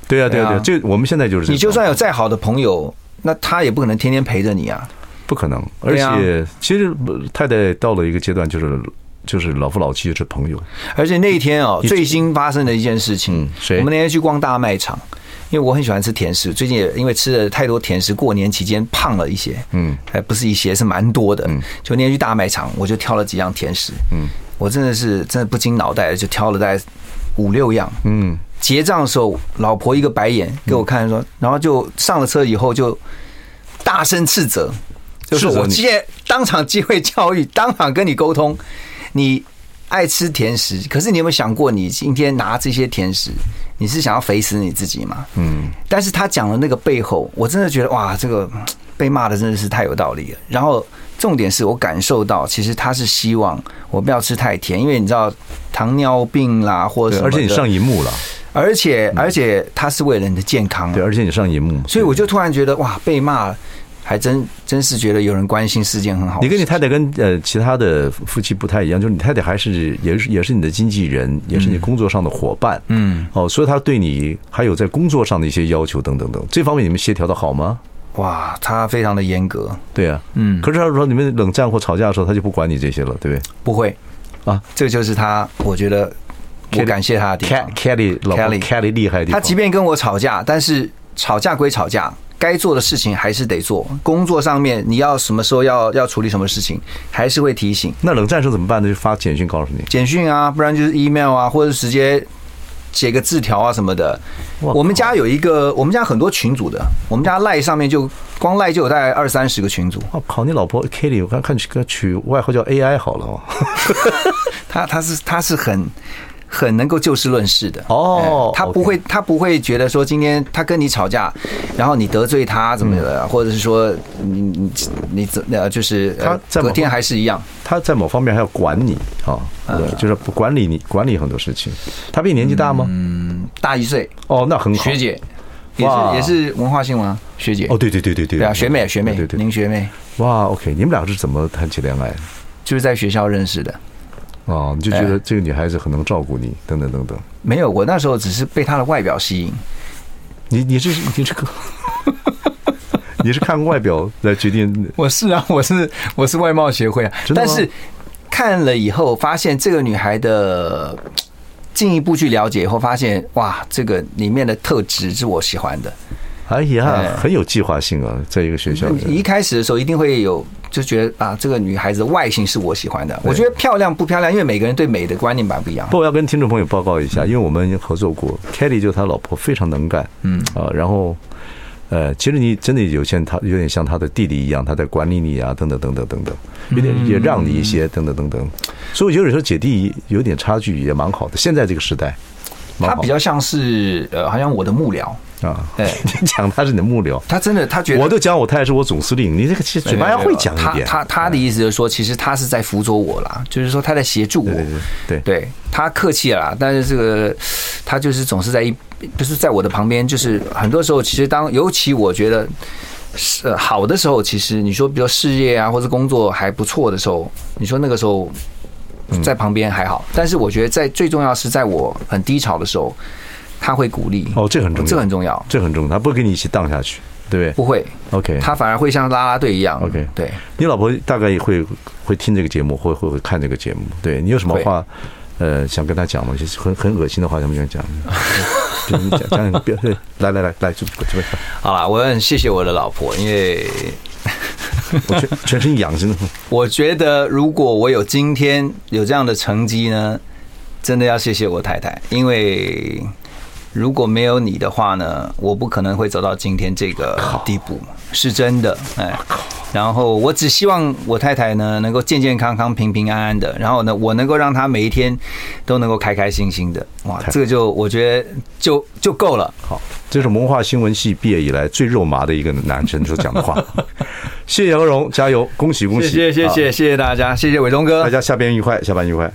Speaker 1: 对啊对啊对
Speaker 2: 对啊
Speaker 1: 啊，这我们现在就是这
Speaker 2: 你就
Speaker 1: 种
Speaker 2: 算有再好的朋友，那他也不可能天天陪着你啊。
Speaker 1: 不可能，而
Speaker 2: 对啊
Speaker 1: 且其实呃太太到了一个阶段，就是就是老夫老妻就是朋友，
Speaker 2: 而且那一天哦，
Speaker 1: 你
Speaker 2: 最新发生的一件事情
Speaker 1: 嗯，谁
Speaker 2: 我们那天去逛大卖场，因为我很喜欢吃甜食，最近也因为吃了太多甜食，过年期间胖了一些，
Speaker 1: 嗯，
Speaker 2: 还不是一些，是蛮多的。就那天去大卖场，我就挑了几样甜食，嗯，我真的是真的不经脑袋的就挑了大概五六样，
Speaker 1: 嗯，
Speaker 2: 结账的时候，老婆一个白眼给我看说，然后就上了车以后就大声斥责，就是
Speaker 1: 斥责
Speaker 2: 我
Speaker 1: 你
Speaker 2: 接当场机会教育，当场跟你沟通，你爱吃甜食，可是你有没有想过，你今天拿这些甜食，你是想要肥死你自己吗？嗯，但是他讲的那个背后，我真的觉得哇，这个嗯被骂的真的是太有道理
Speaker 1: 嗯
Speaker 2: 了。然后重点是我感受到，其实他是希望我不要吃太甜，因为你知道糖尿病啦，或
Speaker 1: 对
Speaker 2: 者什么
Speaker 1: 而且你
Speaker 2: 的
Speaker 1: 上荧幕了，
Speaker 2: 而且而且他是为了你的健康，
Speaker 1: 嗯
Speaker 2: 啊
Speaker 1: 对，而且你上荧幕，
Speaker 2: 所以我就突然觉得哇，被骂还真真是觉得有人关心是件很好的
Speaker 1: 你
Speaker 2: 事。
Speaker 1: 跟你太太跟呃其他的夫妻不太一样，就是你太太还是也是也是你的经纪人，也是你工作上的伙伴，
Speaker 2: 嗯，
Speaker 1: 哦，所以她对你还有在工作上的一些要求等等等，这方面你们协调的好吗？
Speaker 2: 哇，他非常的严格，
Speaker 1: 对啊，
Speaker 2: 嗯
Speaker 1: 可是她说你们冷战或吵架的时候，她就不管你这些了，对不对
Speaker 2: 不会
Speaker 1: 啊，
Speaker 2: 这就是他，我觉得我
Speaker 1: Kelly-
Speaker 2: 感谢他的地方
Speaker 1: Cat-。？Kelly 老婆
Speaker 2: Kelly
Speaker 1: Kelly 厉害的地
Speaker 2: 他
Speaker 1: 方，
Speaker 2: 即便跟我吵架，但是吵架归吵架，该做的事情还是得做。工作上面你要什么时候要要处理什么事情，还是会提醒
Speaker 1: 那冷战时候怎么办呢？就发简讯告诉你，
Speaker 2: 简讯啊，不然就是 email 啊，或者直接写个字条啊什么的。
Speaker 1: 哇
Speaker 2: 我们家有一个，我们家很多群组的，我们家赖上面就光赖就有大概二三十个群组。
Speaker 1: 我哦靠，你老婆 Kelly，我看看取取外号叫 AI 好了哦。
Speaker 2: 他他是他是很很能够就事论事的
Speaker 1: 哦
Speaker 2: 哎他不会他不会觉得说今天他跟你吵架，然后你得罪他怎么
Speaker 1: 嗯
Speaker 2: 的，或者是说你你你怎呃就是呃
Speaker 1: 他在某
Speaker 2: 隔天还是一样，
Speaker 1: 他在某方面还要管你啊，对，
Speaker 2: 嗯
Speaker 1: 就是不管理你管理很多事情。他比你年纪大吗？
Speaker 2: 大一岁
Speaker 1: 哦，那很好。
Speaker 2: 嗯学姐也是
Speaker 1: 哇
Speaker 2: 也是文化新闻啊学姐
Speaker 1: 哦，对对对对对，
Speaker 2: 对啊学妹学妹
Speaker 1: 对对对
Speaker 2: 您学妹
Speaker 1: 哇，OK，你们俩是怎么谈起恋爱的？
Speaker 2: 就是在学校认识的。
Speaker 1: 哦，你就觉得
Speaker 2: 哎
Speaker 1: 这个女孩子很能照顾你，等等等等。
Speaker 2: 没有，我那时候只是被她的外表吸引，
Speaker 1: 你你是你是个， 你是看外表来决定
Speaker 2: 我是啊， 我是我是外貌协会啊，
Speaker 1: 真的
Speaker 2: 但
Speaker 1: 吗
Speaker 2: 是看了以后发现这个女孩的嘖进一步去了解以后，发现哇，这个里面的特质是我喜欢的。
Speaker 1: 哎呀
Speaker 2: 哎，
Speaker 1: 很有计划性啊，在一个学校里。
Speaker 2: 一开始的时候一定会有就觉得啊，这个女孩子的外形是我喜欢的。我觉得漂亮不漂亮，因为每个人对美的观念吧不一样
Speaker 1: 不。过我要跟听众朋友报告一下，因为我们合作过，Kelly 就是他老婆非常能干，嗯啊，然后呃，其实你真的有像他，有点像他的弟弟一样，他在管理你啊，等等等等等等，有点也让你一些，等等等等。所以我觉得有时候姐弟有点差距也蛮好的，现在这个时代，蛮
Speaker 2: 她
Speaker 1: 好
Speaker 2: 比较像是呃，好像我的幕僚，
Speaker 1: 啊，
Speaker 2: 哎
Speaker 1: 你讲他是你的幕僚，
Speaker 2: 她真的她觉得
Speaker 1: 我都讲我太太是我总司令，你这个其实嘴巴要会讲一点，
Speaker 2: 他他他的意思就是说，其实他是在辅佐我啦，就是说他在协助我。
Speaker 1: 对对对
Speaker 2: 他客气了啦，但是这个他就是总是在一，就是在我的旁边，就是很多时候其实当尤其我觉得。是呃好的时候，其实你说，比如事业啊，或者工作还不错的时候，你说那个时候
Speaker 1: 嗯
Speaker 2: 在旁边还好。但是我觉得在最重要是在我很低潮的时候，他会鼓励。
Speaker 1: 哦，这个很重要，
Speaker 2: 这很重要，
Speaker 1: 这很重要，他不会跟你一起荡下去，对不
Speaker 2: 不会，
Speaker 1: 对？OK，
Speaker 2: 他反而会像啦啦队一样。
Speaker 1: OK
Speaker 2: 对。
Speaker 1: 你老婆大概也会会听这个节目，会会会看这个节目。对你有什么
Speaker 2: 会
Speaker 1: 话，呃，想跟她讲吗？就是很很恶心的话，想不想讲？讲讲讲，别对来来来来，这边这边，
Speaker 2: 好啦，我很谢谢我的老婆，因为
Speaker 1: 我全全身痒，真的。
Speaker 2: 我觉得如果我有今天有这样的成绩呢，真的要谢谢我太太，因为如果没有你的话呢，我不可能会走到今天这个地步，是真的。哎，然后我只希望我太太呢能够健健康康、平平安安的，然后呢，我能够让她每一天都能够开开心心的。哇，这个就我觉得就就够了。
Speaker 1: 好，这是文化新闻系毕业以来最肉麻的一个男生所讲的话。谢谢杨荣，加油，恭喜恭喜！
Speaker 2: 谢谢谢谢谢谢大家，谢谢伟东哥，
Speaker 1: 啊大家下边愉快，下班愉快。